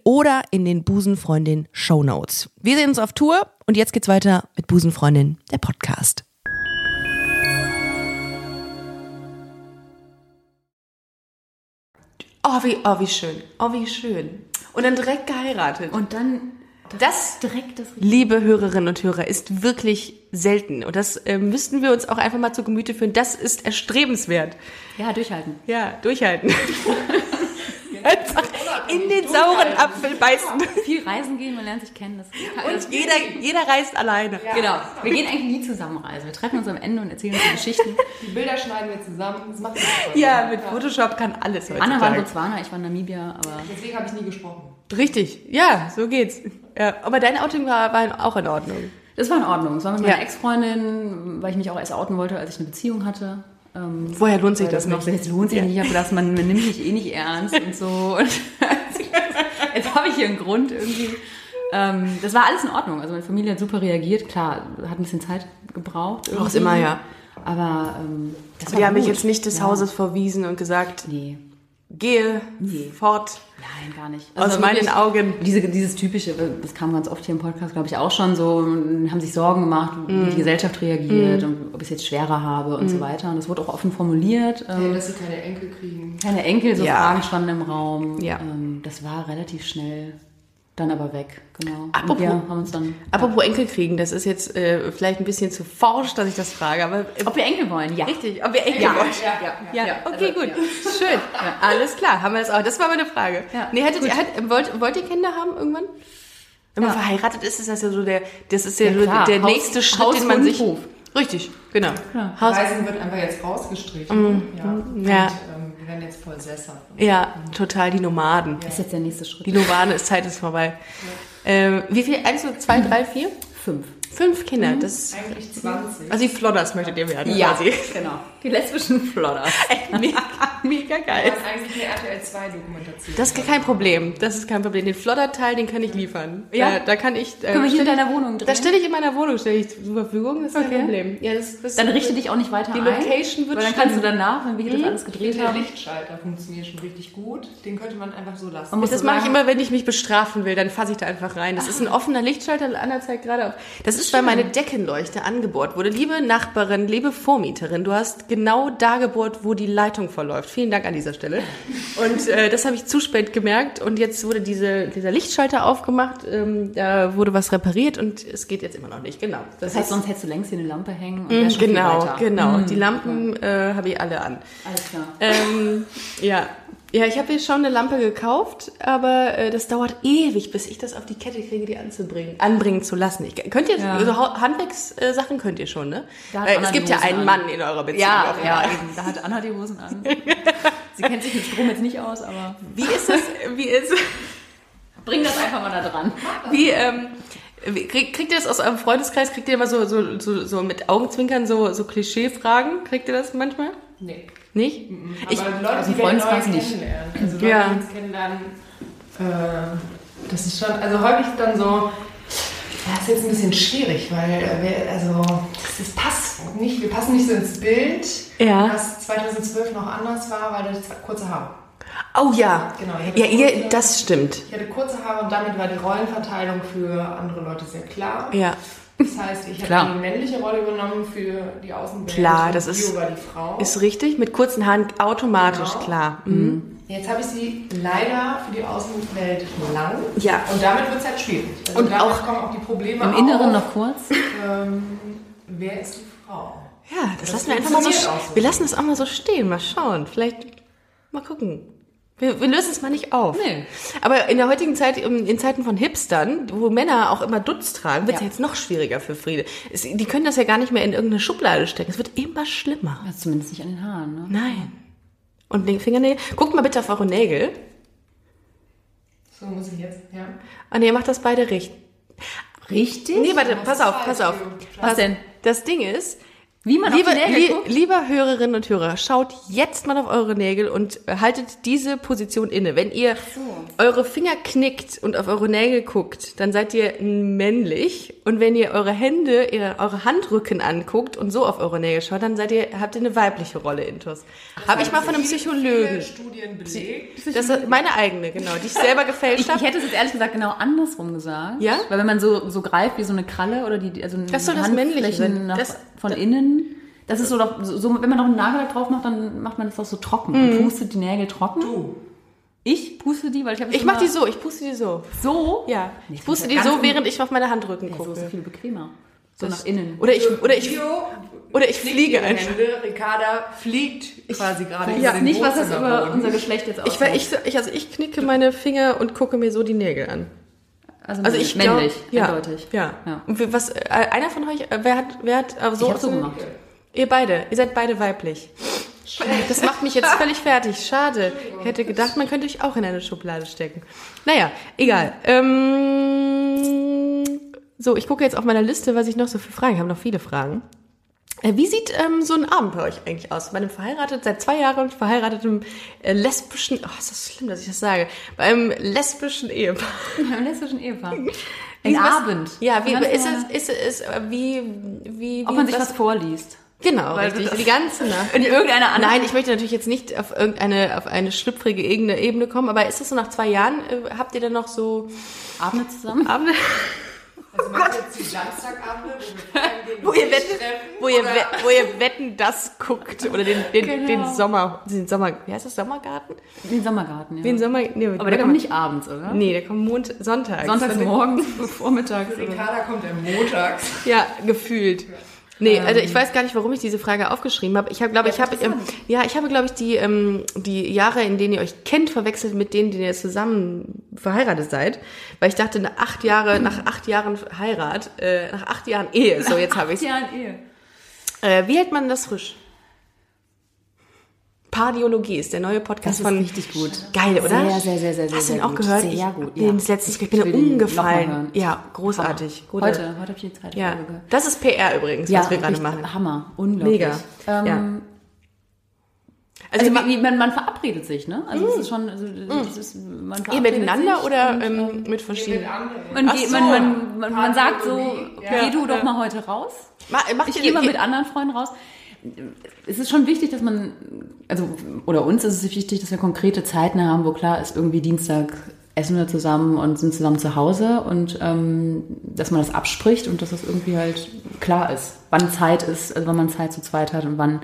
Speaker 6: oder in den Busenfreundin Shownotes. Wir sehen uns auf Tour und jetzt geht's weiter mit Busenfreundin, der Podcast.
Speaker 2: Oh, wie, oh, wie schön. Oh, wie schön. Und dann direkt geheiratet.
Speaker 3: Und dann
Speaker 2: das,
Speaker 3: direkt das
Speaker 2: liebe Hörerinnen und Hörer, ist wirklich selten. Und das äh, müssten wir uns auch einfach mal zu Gemüte führen. Das ist erstrebenswert.
Speaker 3: Ja, durchhalten.
Speaker 2: Ja, durchhalten. Einfach in den sauren Apfel beißen.
Speaker 3: Viel reisen gehen, man lernt sich kennen. Das das-
Speaker 2: Und jeder, jeder reist alleine.
Speaker 3: Genau. Wir gehen eigentlich nie zusammen reisen. Wir treffen uns am Ende und erzählen uns die Geschichten.
Speaker 4: Die Bilder schneiden wir zusammen. Das macht Spaß.
Speaker 2: Ja, mit Photoshop kann alles
Speaker 3: Anna war in
Speaker 2: heutzutage.
Speaker 3: Botswana, ich war in Namibia, aber
Speaker 4: Deswegen habe ich nie gesprochen.
Speaker 2: Richtig, ja, so geht's. Ja, aber dein Outing war, war auch in Ordnung.
Speaker 3: das war in Ordnung. Es war mit meiner
Speaker 2: Ja.
Speaker 3: Ex-Freundin, weil ich mich auch erst outen wollte, als ich eine Beziehung hatte. Ähm,
Speaker 2: Woher lohnt sich
Speaker 3: weil
Speaker 2: das
Speaker 3: man
Speaker 2: noch?
Speaker 3: dachte, Jetzt lohnt sich nicht, aber dass man, man nimmt mich eh nicht ernst und so. Und jetzt habe ich hier einen Grund irgendwie. Ähm, das war alles in Ordnung. Also meine Familie hat super reagiert. Klar, hat ein bisschen Zeit gebraucht.
Speaker 2: Braucht's
Speaker 3: irgendwie.
Speaker 2: immer, ja.
Speaker 3: Aber ähm, das
Speaker 2: Die
Speaker 3: war
Speaker 2: haben mich
Speaker 3: gut.
Speaker 2: jetzt nicht des
Speaker 3: ja.
Speaker 2: Hauses verwiesen und gesagt,
Speaker 3: Nee,
Speaker 2: gehe fort.
Speaker 3: nein, gar nicht.
Speaker 2: Aus
Speaker 3: Also wirklich-
Speaker 2: meinen Augen.
Speaker 3: Diese, dieses typische, das kam ganz oft hier im Podcast, glaube ich, auch schon so, und haben sich Sorgen gemacht,
Speaker 2: Mm.
Speaker 3: wie die Gesellschaft reagiert und ob ich es jetzt schwerer habe und so weiter. Und das wurde auch offen formuliert. Ähm,
Speaker 4: Dass sie keine Enkel kriegen.
Speaker 3: Keine Enkel, so
Speaker 2: Ja.
Speaker 3: Fragen standen im Raum.
Speaker 2: Ja.
Speaker 3: Ähm, das war relativ schnell dann aber weg, genau.
Speaker 2: Apropos-
Speaker 3: und wir haben uns dann,
Speaker 2: Apropos Enkel kriegen, das ist jetzt äh, vielleicht ein bisschen zu forsch, dass ich das frage, aber äh,
Speaker 3: ob wir Enkel wollen, ja.
Speaker 2: richtig, ob wir Enkel
Speaker 3: Ja.
Speaker 2: wollen.
Speaker 4: Ja,
Speaker 2: Ja,
Speaker 3: Ja,
Speaker 2: okay,
Speaker 3: also,
Speaker 2: gut.
Speaker 3: ja.
Speaker 2: Schön. Alles klar, haben wir das auch. Das war meine Frage.
Speaker 3: Ja,
Speaker 2: nee, hättet
Speaker 3: gut.
Speaker 2: ihr, hat, wollt, wollt ihr Kinder haben irgendwann? Wenn man
Speaker 3: Ja.
Speaker 2: verheiratet ist, ist das ja so der, das ist ja, so
Speaker 3: klar.
Speaker 2: der
Speaker 3: Haus-
Speaker 2: nächste Schritt,
Speaker 3: Haus
Speaker 2: den man
Speaker 3: und
Speaker 2: sich.
Speaker 3: Hof.
Speaker 2: Richtig, genau.
Speaker 3: Ja.
Speaker 2: Haus,
Speaker 4: Reisen wird einfach jetzt rausgestrichen. Ja. Und,
Speaker 2: Mhm. Ja.
Speaker 4: ähm, wir werden jetzt voll sesshaft.
Speaker 2: ja, total die Nomaden.
Speaker 3: Das ist jetzt der nächste
Speaker 2: Die
Speaker 3: Schritt.
Speaker 2: Nomaden ist Zeit ist vorbei. Ähm, wie viel? Eins, zwei, drei, vier?
Speaker 3: Fünf.
Speaker 2: Fünf
Speaker 3: Mhm.
Speaker 2: Kinder. Das ist,
Speaker 4: Eigentlich 20.
Speaker 2: also die Flodders möchtet ihr werden quasi.
Speaker 3: genau. Die lesbischen Flodder.
Speaker 2: Mega, mega geil.
Speaker 4: Das ist eigentlich eine RTL 2 Dokumentation.
Speaker 2: Das ist kein Problem. Das ist kein Problem. Den Flodder-Teil, den kann ich liefern.
Speaker 3: Ja?
Speaker 2: Da, da kann ich. Äh,
Speaker 3: Können wir hier in
Speaker 2: stell-
Speaker 3: deiner Wohnung drehen?
Speaker 2: Das stelle ich in meiner Wohnung stelle ich zur Verfügung. Das ist
Speaker 3: Okay.
Speaker 2: kein Problem. Ja, das, das
Speaker 3: Dann richte dich auch nicht weiter
Speaker 2: Die
Speaker 3: ein.
Speaker 2: Location wird
Speaker 3: Weil dann kannst du
Speaker 2: stimmen. Hm?
Speaker 3: danach, wenn wir hier das alles gedreht
Speaker 4: der
Speaker 3: haben,
Speaker 4: Lichtschalter funktioniert schon richtig gut. Den könnte man einfach so lassen.
Speaker 3: Man muss-
Speaker 2: Das
Speaker 3: so
Speaker 2: mache ich
Speaker 3: sagen.
Speaker 2: immer, wenn ich mich bestrafen will, dann fasse ich da einfach rein. Das ist ein offener Lichtschalter, Anna zeigt gerade auf. Das ist, weil meine Deckenleuchte angebohrt wurde. Liebe Nachbarin, liebe Vormieterin, du hast genau da gebohrt, wo die Leitung verläuft. Vielen Dank an dieser Stelle. Und äh, das habe ich zu spät gemerkt. Und jetzt wurde diese, dieser Lichtschalter aufgemacht, ähm, da wurde was repariert und es geht jetzt immer noch nicht. Genau.
Speaker 3: das heißt, sonst hättest du längst hier eine Lampe hängen und
Speaker 2: Mm,
Speaker 3: wär schon
Speaker 2: genau,
Speaker 3: viel weiter. Mhm.
Speaker 2: genau. Die Lampen äh, habe ich alle an.
Speaker 3: Alles klar.
Speaker 2: Ähm, ja, Ja, ich habe hier schon eine Lampe gekauft, aber äh, das dauert ewig, bis ich das auf die Kette kriege, die anzubringen, anbringen zu lassen. Ich, könnt ihr,
Speaker 3: Ja.
Speaker 2: also Ha- Handwerkssachen äh, Sachen könnt ihr schon, ne?
Speaker 3: Da hat
Speaker 2: Weil
Speaker 3: Anna
Speaker 2: es
Speaker 3: die
Speaker 2: gibt ja
Speaker 3: Hosen
Speaker 2: einen
Speaker 3: an.
Speaker 2: Mann in eurer Beziehung.
Speaker 3: Ja,
Speaker 2: offenbar.
Speaker 3: ja, eben. Da hat Anna die Hosen an. Sie kennt sich mit Strom jetzt nicht aus, aber
Speaker 2: Wie ist es, wie ist,
Speaker 3: bring das einfach mal da dran.
Speaker 2: wie, ähm, wie, krieg, kriegt ihr das aus eurem Freundeskreis? Kriegt ihr immer so, so, so, so mit Augenzwinkern so, so Klischee-Fragen? Kriegt ihr das manchmal?
Speaker 4: Nee.
Speaker 2: Nicht?
Speaker 4: Aber
Speaker 2: Ich,
Speaker 3: also
Speaker 4: Leute, die werden neu
Speaker 3: Freundeskreis nicht.
Speaker 4: kennenlernen. Also Leute,
Speaker 2: Ja.
Speaker 4: die uns kennenlernen, äh, das ist schon, also häufig dann so, das ist jetzt ein bisschen schwierig, weil äh, wir, also das, das passt nicht, wir passen nicht so ins Bild,
Speaker 2: Ja.
Speaker 4: was 2012 noch anders war, weil das kurze Haare.
Speaker 2: oh ja.
Speaker 4: Genau, ich hab
Speaker 2: ja,
Speaker 4: das
Speaker 2: ihr,
Speaker 4: kurze-
Speaker 2: das stimmt.
Speaker 4: Ich hatte kurze Haare und damit war die Rollenverteilung für andere Leute sehr klar.
Speaker 2: Ja.
Speaker 4: Das heißt, ich
Speaker 3: Klar.
Speaker 4: habe die männliche Rolle übernommen für die Außenwelt.
Speaker 2: Klar,
Speaker 4: und
Speaker 2: das
Speaker 4: Bio
Speaker 2: ist-
Speaker 4: war die Frau.
Speaker 2: Ist richtig, mit kurzen Haaren automatisch,
Speaker 4: Genau.
Speaker 2: klar. Mhm.
Speaker 4: Jetzt habe ich sie leider für die Außenwelt lang.
Speaker 2: Ja.
Speaker 4: Und damit wird es halt schwierig. Also
Speaker 2: Und
Speaker 4: damit
Speaker 2: auch
Speaker 4: kommen auch die Probleme
Speaker 3: Im Inneren
Speaker 4: auf.
Speaker 3: noch kurz.
Speaker 4: Ähm, wer ist die Frau?
Speaker 2: Ja, das,
Speaker 4: Das
Speaker 2: lassen wir einfach mal so,
Speaker 4: funktioniert auch so.
Speaker 2: Wir lassen das auch mal so stehen. Mal schauen. Vielleicht mal gucken. Wir, wir lösen es mal nicht auf.
Speaker 3: Nee.
Speaker 2: Aber in der heutigen Zeit, ähm, in in Zeiten von Hipstern, wo Männer auch immer Dutz tragen, wird es ja.
Speaker 3: Ja.
Speaker 2: jetzt noch schwieriger für Friede. Es, die können das ja gar nicht mehr in irgendeine Schublade stecken. Es wird immer schlimmer.
Speaker 3: Ja, zumindest nicht an den Haaren, ne?
Speaker 2: Nein. Und den Fingernägel. Guckt mal bitte auf eure Nägel.
Speaker 4: So muss ich jetzt, ja.
Speaker 2: Ah nee, ihr macht das beide richtig.
Speaker 3: Richtig?
Speaker 2: Nee, warte, pass auf,
Speaker 4: falsch,
Speaker 2: pass auf.
Speaker 4: Leo.
Speaker 3: Was denn?
Speaker 2: Das Ding ist,
Speaker 3: Wie man
Speaker 2: Liebe,
Speaker 3: auf die Nägel
Speaker 2: li
Speaker 3: guckt?
Speaker 2: lieber Hörerinnen und Hörer, schaut jetzt mal auf eure Nägel und haltet diese Position inne. Wenn ihr eure Finger knickt und auf eure Nägel guckt, dann seid ihr männlich. Und wenn ihr eure Hände, ihr, eure Handrücken anguckt und so auf eure Nägel schaut, dann seid ihr, habt ihr eine weibliche Rolle, Intus. Habe
Speaker 3: also
Speaker 2: ich mal von einem
Speaker 4: Viele
Speaker 2: Psychologen.
Speaker 4: Studien belegt.
Speaker 2: Das ist meine eigene, genau, die ich selber gefälscht
Speaker 3: Ich, ich
Speaker 2: habe.
Speaker 3: hätte es jetzt ehrlich gesagt genau andersrum gesagt.
Speaker 2: Ja?
Speaker 3: Weil wenn man so, so greift wie so eine Kralle oder die, also
Speaker 2: Das soll das
Speaker 3: Handflächen
Speaker 2: Männliche sein.
Speaker 3: nach,
Speaker 2: Das-
Speaker 3: von innen. Das ist so, doch, so, so, wenn man noch einen Nagellack drauf macht, dann macht man das doch so trocken.
Speaker 2: Mhm.
Speaker 3: Man pustet die Nägel trocken.
Speaker 4: Du.
Speaker 3: Ich puste die, weil ich habe
Speaker 2: Ich mache die so, ich puste die so.
Speaker 3: so.
Speaker 2: Ja,
Speaker 3: Nee,
Speaker 2: ich puste
Speaker 3: das
Speaker 2: die
Speaker 3: ist ja
Speaker 2: so,
Speaker 3: ganz
Speaker 2: während ich auf meine Handrücken
Speaker 3: un- Ja, so ist
Speaker 2: gucke.
Speaker 3: es viel bequemer. So nach innen.
Speaker 2: Oder ich, oder ich,
Speaker 4: Leo
Speaker 2: oder ich fliege
Speaker 4: ihre
Speaker 2: einfach.
Speaker 4: Hände. Ricarda fliegt quasi gerade.
Speaker 3: ich
Speaker 4: über
Speaker 3: weiß
Speaker 4: den
Speaker 3: nicht, was das
Speaker 4: Wohnzimmer
Speaker 3: über
Speaker 4: Boden.
Speaker 3: unser Geschlecht jetzt
Speaker 2: Ich, ver-
Speaker 3: aussagt.
Speaker 2: ich, ich, also ich knicke meine Finger und gucke mir so die Nägel an.
Speaker 3: also,
Speaker 2: Also ich glaub-
Speaker 3: männlich,
Speaker 2: ja,
Speaker 3: eindeutig.
Speaker 2: Ja.
Speaker 3: Ja.
Speaker 2: Und wir- was, äh, einer von euch, äh, wer hat, wer hat äh, so,
Speaker 3: Ich habe so gemacht.
Speaker 2: Ihr beide, ihr seid beide weiblich. Das macht mich jetzt völlig fertig. Schade. Ich hätte gedacht, man könnte euch auch in eine Schublade stecken. Naja, egal. Ähm, so, ich gucke jetzt auf meiner Liste, was ich noch so für Fragen habe. Noch viele Fragen. Äh, Wie sieht ähm, so ein Abend bei euch eigentlich aus? Bei einem verheiratet, seit zwei Jahren verheirateten äh, lesbischen, oh, ist das schlimm, dass ich das sage, bei einem lesbischen Ehepaar.
Speaker 3: Im lesbischen Ehepaar.
Speaker 2: Wie-
Speaker 3: Ein
Speaker 2: was-
Speaker 3: Abend.
Speaker 2: Ja, wie
Speaker 3: Ganz
Speaker 2: ist
Speaker 3: normal.
Speaker 2: es, ist es, ist, äh, wie, wie, wie
Speaker 3: Ob man sich was vorliest.
Speaker 2: Genau,
Speaker 3: Weil
Speaker 2: richtig.
Speaker 3: das-
Speaker 2: Die ganze Nacht.
Speaker 3: In irgendeiner anderen-
Speaker 2: Nein, ich möchte natürlich jetzt nicht auf irgendeine, auf eine schlüpfrige Ebene, Ebene kommen, aber ist das so nach zwei Jahren, äh, habt ihr dann noch so
Speaker 3: Abende zusammen.
Speaker 2: Abende,
Speaker 4: Also meinst du jetzt die Samstagabende, wo wir feiern gehen
Speaker 2: wo
Speaker 4: und
Speaker 2: ihr
Speaker 4: sich
Speaker 2: wetten,
Speaker 4: treffen,
Speaker 2: wo ihr,
Speaker 4: oder-
Speaker 2: we wo ihr wetten, das guckt, oder den, den,
Speaker 3: Genau.
Speaker 2: den Sommer, den Sommer, wie heißt das, Sommergarten?
Speaker 3: Den Sommergarten, ja.
Speaker 2: Den Sommer, nee,
Speaker 3: Aber der
Speaker 2: warte
Speaker 3: kommt
Speaker 2: mal.
Speaker 3: nicht abends, oder?
Speaker 2: Nee, der kommt Mond, Sonntags.
Speaker 3: Sonntags morgens, vormittags. Oder?
Speaker 4: Ricarda kommt am Montag.
Speaker 2: Ja, gefühlt. Nee, also
Speaker 3: Ähm.
Speaker 2: ich weiß gar nicht, warum ich diese Frage aufgeschrieben habe. Ich habe, glaube ich, habe ähm, ja, ich habe, glaube ich, die ähm, die Jahre, in denen ihr euch kennt, verwechselt mit denen, die ihr zusammen verheiratet seid, weil ich dachte, nach acht Jahre, nach acht Jahren Heirat, äh, nach acht Jahren Ehe, so jetzt habe ich.
Speaker 3: Ja, in Ehe.
Speaker 2: Äh, wie hält man das frisch? Pardiologie ist der neue Podcast
Speaker 3: Das ist
Speaker 2: von
Speaker 3: richtig gut.
Speaker 2: Geil, oder?
Speaker 3: Sehr, sehr, sehr, sehr,
Speaker 2: Hast du den
Speaker 3: sehr, sehr
Speaker 2: auch
Speaker 3: gut.
Speaker 2: gehört?
Speaker 3: Sehr
Speaker 2: ich,
Speaker 3: gut,
Speaker 2: den
Speaker 3: ja.
Speaker 2: das letzte, ich
Speaker 3: Ich
Speaker 2: bin
Speaker 3: will den noch mal
Speaker 2: umgefallen.
Speaker 3: hören.
Speaker 2: Ja, großartig. Gute-
Speaker 3: Heute, heute habe ich die zweite
Speaker 2: Ja,
Speaker 3: Folge gehört.
Speaker 2: das ist PR übrigens, was wir gerade
Speaker 3: richtig.
Speaker 2: machen.
Speaker 3: Hammer, unglaublich.
Speaker 2: Mega.
Speaker 3: Ähm,
Speaker 2: Ja. Also, Mhm.
Speaker 3: Also
Speaker 2: ma-
Speaker 3: wie, wie, man, man verabredet sich, ne? Also es ist schon, also, es ist, man
Speaker 2: ihr
Speaker 3: verabredet
Speaker 2: miteinander
Speaker 3: sich
Speaker 2: oder
Speaker 3: und,
Speaker 2: ähm, mit
Speaker 4: Mit
Speaker 2: verschiedenen?
Speaker 4: anderen.
Speaker 3: man,
Speaker 2: Ach
Speaker 3: geht,
Speaker 2: so.
Speaker 3: man, man, man, man sagt so,
Speaker 4: Ja.
Speaker 3: geh du doch mal heute raus.
Speaker 2: Ma- Macht
Speaker 3: Ich
Speaker 2: ihr-
Speaker 3: gehe mal
Speaker 2: ihr-
Speaker 3: mit anderen Freunden raus. Es ist schon wichtig, dass man, also, oder uns ist es wichtig, dass wir konkrete Zeiten haben, wo klar ist, irgendwie Dienstag essen wir zusammen und sind zusammen zu Hause und ähm, dass man das abspricht und dass das irgendwie halt klar ist, wann Zeit ist, also wann man Zeit zu zweit hat und wann,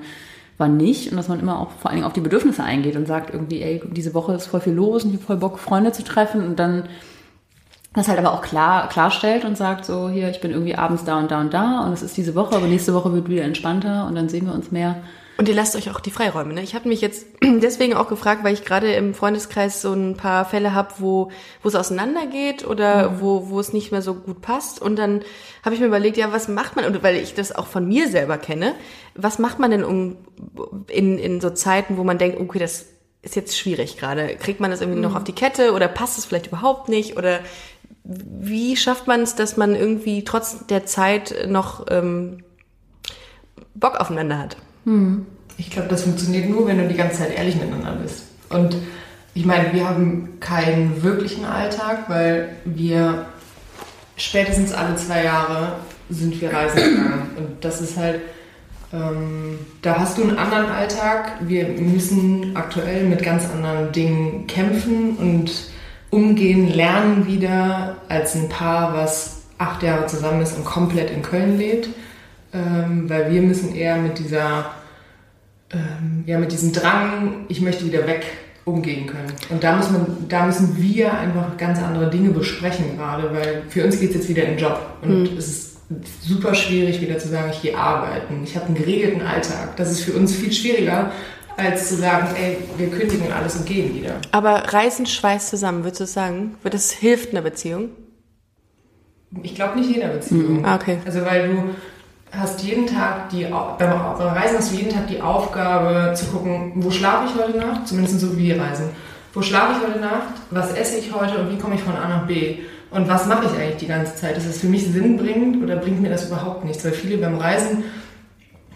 Speaker 3: wann nicht und dass man immer auch vor allen Dingen auf die Bedürfnisse eingeht und sagt irgendwie, ey, diese Woche ist voll viel los und ich habe voll Bock, Freunde zu treffen und dann das halt aber auch klar, klarstellt und sagt so, hier, ich bin irgendwie abends da und da und da und es ist diese Woche, aber nächste Woche wird wieder entspannter und dann sehen wir uns mehr.
Speaker 2: Und ihr lasst euch auch die Freiräume. Ne? Ich habe mich jetzt deswegen auch gefragt, weil ich gerade im Freundeskreis so ein paar Fälle habe, wo wo es auseinandergeht oder wo wo es nicht mehr so gut passt. Und dann habe ich mir überlegt, ja, was macht man? Und weil ich das auch von mir selber kenne, was macht man denn um in in so Zeiten, wo man denkt, okay, das ist jetzt schwierig gerade. Kriegt man das irgendwie noch auf die Kette oder passt es vielleicht überhaupt nicht oder wie schafft man es, dass man irgendwie trotz der Zeit noch ähm, Bock aufeinander hat?
Speaker 4: Ich glaube, das funktioniert nur, wenn du die ganze Zeit ehrlich miteinander bist. Und ich meine, wir haben keinen wirklichen Alltag, weil wir spätestens alle zwei Jahre sind wir reisen gegangen. Und das ist halt, ähm, da hast du einen anderen Alltag. Wir müssen aktuell mit ganz anderen Dingen kämpfen und umgehen, lernen wieder als ein Paar, was acht Jahre zusammen ist und komplett in Köln lebt. Ähm, weil wir müssen eher mit dieser ähm, ja, mit diesem Drang, ich möchte wieder weg, umgehen können. Und da, muss man, da müssen wir einfach ganz andere Dinge besprechen gerade, weil für uns geht es jetzt wieder in den Job. Und es ist super schwierig, wieder zu sagen, ich gehe arbeiten, ich habe einen geregelten Alltag. Das ist für uns viel schwieriger, als zu sagen, ey, wir kündigen alles und gehen wieder.
Speaker 2: Aber Reisen schweißt zusammen, würdest du sagen? Wird das hilft einer Beziehung?
Speaker 4: Ich glaube nicht jeder Beziehung.
Speaker 2: Ah, okay.
Speaker 4: Also weil du hast jeden Tag die Au- beim beim Reisen hast du jeden Tag die Aufgabe zu gucken, wo schlafe ich heute Nacht, zumindest so wie wir reisen. Wo schlafe ich heute Nacht, was esse ich heute und wie komme ich von A nach B? Und was mache ich eigentlich die ganze Zeit? Ist das für mich sinnbringend oder bringt mir das überhaupt nichts? Weil viele beim Reisen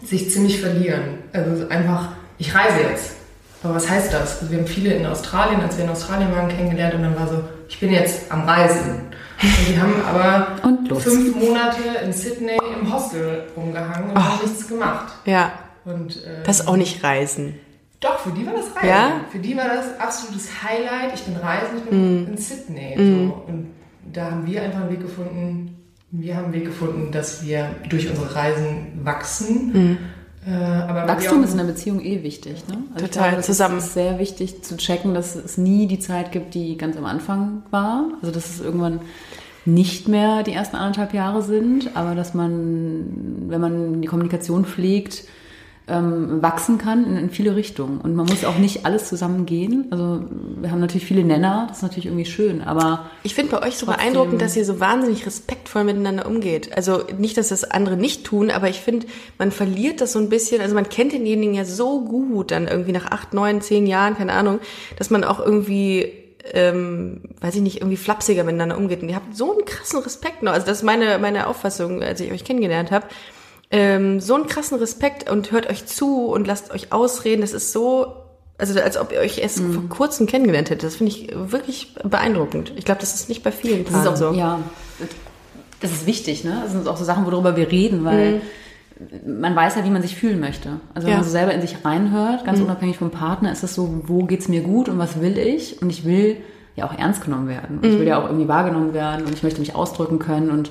Speaker 4: sich ziemlich verlieren. Also einfach, ich reise jetzt. Aber was heißt das? Also wir haben viele in Australien, als wir in Australien waren, kennengelernt und dann war so, ich bin jetzt am Reisen. Und die haben aber
Speaker 3: Und los.
Speaker 4: fünf Monate in Sydney im Hostel rumgehangen und
Speaker 3: Oh.
Speaker 4: haben nichts gemacht.
Speaker 2: Ja.
Speaker 4: Und, äh,
Speaker 2: Das ist auch nicht Reisen.
Speaker 4: doch, für die war das Reisen.
Speaker 2: Ja?
Speaker 4: Für die war das absolutes Highlight. Ich bin reisen, ich
Speaker 3: Mm.
Speaker 4: bin in Sydney. So. Und da haben wir einfach einen Weg gefunden, wir haben einen Weg gefunden, dass wir durch unsere Reisen wachsen. Äh, aber weil wir
Speaker 3: Mm. Wachstum
Speaker 4: auch-
Speaker 3: ist in der Beziehung eh wichtig. Ne? Also ich
Speaker 2: Total,
Speaker 3: das
Speaker 2: zusammen.
Speaker 3: ist sehr wichtig zu checken, dass es nie die Zeit gibt, die ganz am Anfang war. Also dass es irgendwann nicht mehr die ersten anderthalb Jahre sind, aber dass man, wenn man die Kommunikation pflegt, ähm, wachsen kann in, in viele Richtungen. Und man muss auch nicht alles zusammengehen. Also wir haben natürlich viele Nenner, das ist natürlich irgendwie schön, aber
Speaker 2: Ich finde bei euch so
Speaker 3: Trotzdem.
Speaker 2: beeindruckend,
Speaker 3: Mhm.
Speaker 2: dass ihr so wahnsinnig respektvoll miteinander umgeht. Also nicht, dass das andere nicht tun, aber ich finde, man verliert das so ein bisschen. Also man kennt denjenigen ja so gut, dann irgendwie nach acht, neun, zehn Jahren, keine Ahnung, dass man auch irgendwie, ähm, weiß ich nicht, irgendwie flapsiger miteinander umgeht. Und ihr habt so einen krassen Respekt noch. Also das ist meine, meine Auffassung, als ich euch kennengelernt habe. Ähm, so einen krassen Respekt und hört euch zu und lasst euch ausreden. Das ist so, also als ob ihr euch erst
Speaker 3: Mhm.
Speaker 2: vor kurzem kennengelernt hättet. Das finde ich wirklich beeindruckend. Ich glaube, das ist nicht bei vielen
Speaker 3: Das ist
Speaker 2: Paaren
Speaker 3: auch,
Speaker 2: so.
Speaker 3: ja, das ist wichtig, ne? Das sind auch so Sachen, worüber wir reden, weil man weiß ja, wie man sich fühlen möchte. Also wenn
Speaker 2: Ja.
Speaker 3: man so selber in sich reinhört, ganz unabhängig vom Partner, ist es so, wo geht's mir gut und was will ich? Und ich will ja auch ernst genommen werden. Und Ich will ja auch irgendwie wahrgenommen werden und ich möchte mich ausdrücken können und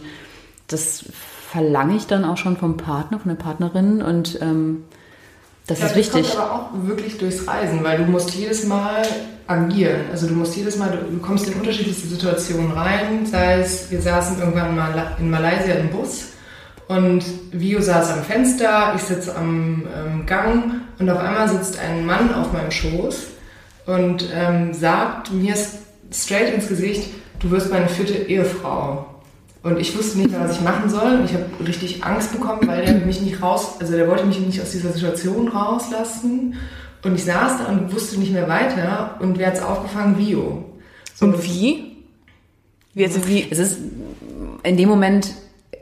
Speaker 3: das verlange ich dann auch schon vom Partner, von der Partnerin und ähm, das
Speaker 4: Ja,
Speaker 3: ist wichtig.
Speaker 4: kommt aber auch wirklich durchs Reisen, weil du musst jedes Mal agieren. Also du musst jedes Mal, du, du kommst in unterschiedlichste Situationen rein. Sei es, wir saßen irgendwann mal in Malaysia im Bus und Vio saß am Fenster, ich sitze am ähm, Gang und auf einmal sitzt ein Mann auf meinem Schoß und ähm, sagt mir s- straight ins Gesicht, du wirst meine vierte Ehefrau. Und ich wusste nicht mehr, was ich machen soll. Und ich habe richtig Angst bekommen, weil der mich nicht raus, also der wollte mich nicht aus dieser Situation rauslassen. Und ich saß da und wusste nicht mehr weiter. Und wer hat's aufgefangen? Vio. So,
Speaker 2: Und wie? Wie, also wie?
Speaker 3: Es ist in dem Moment,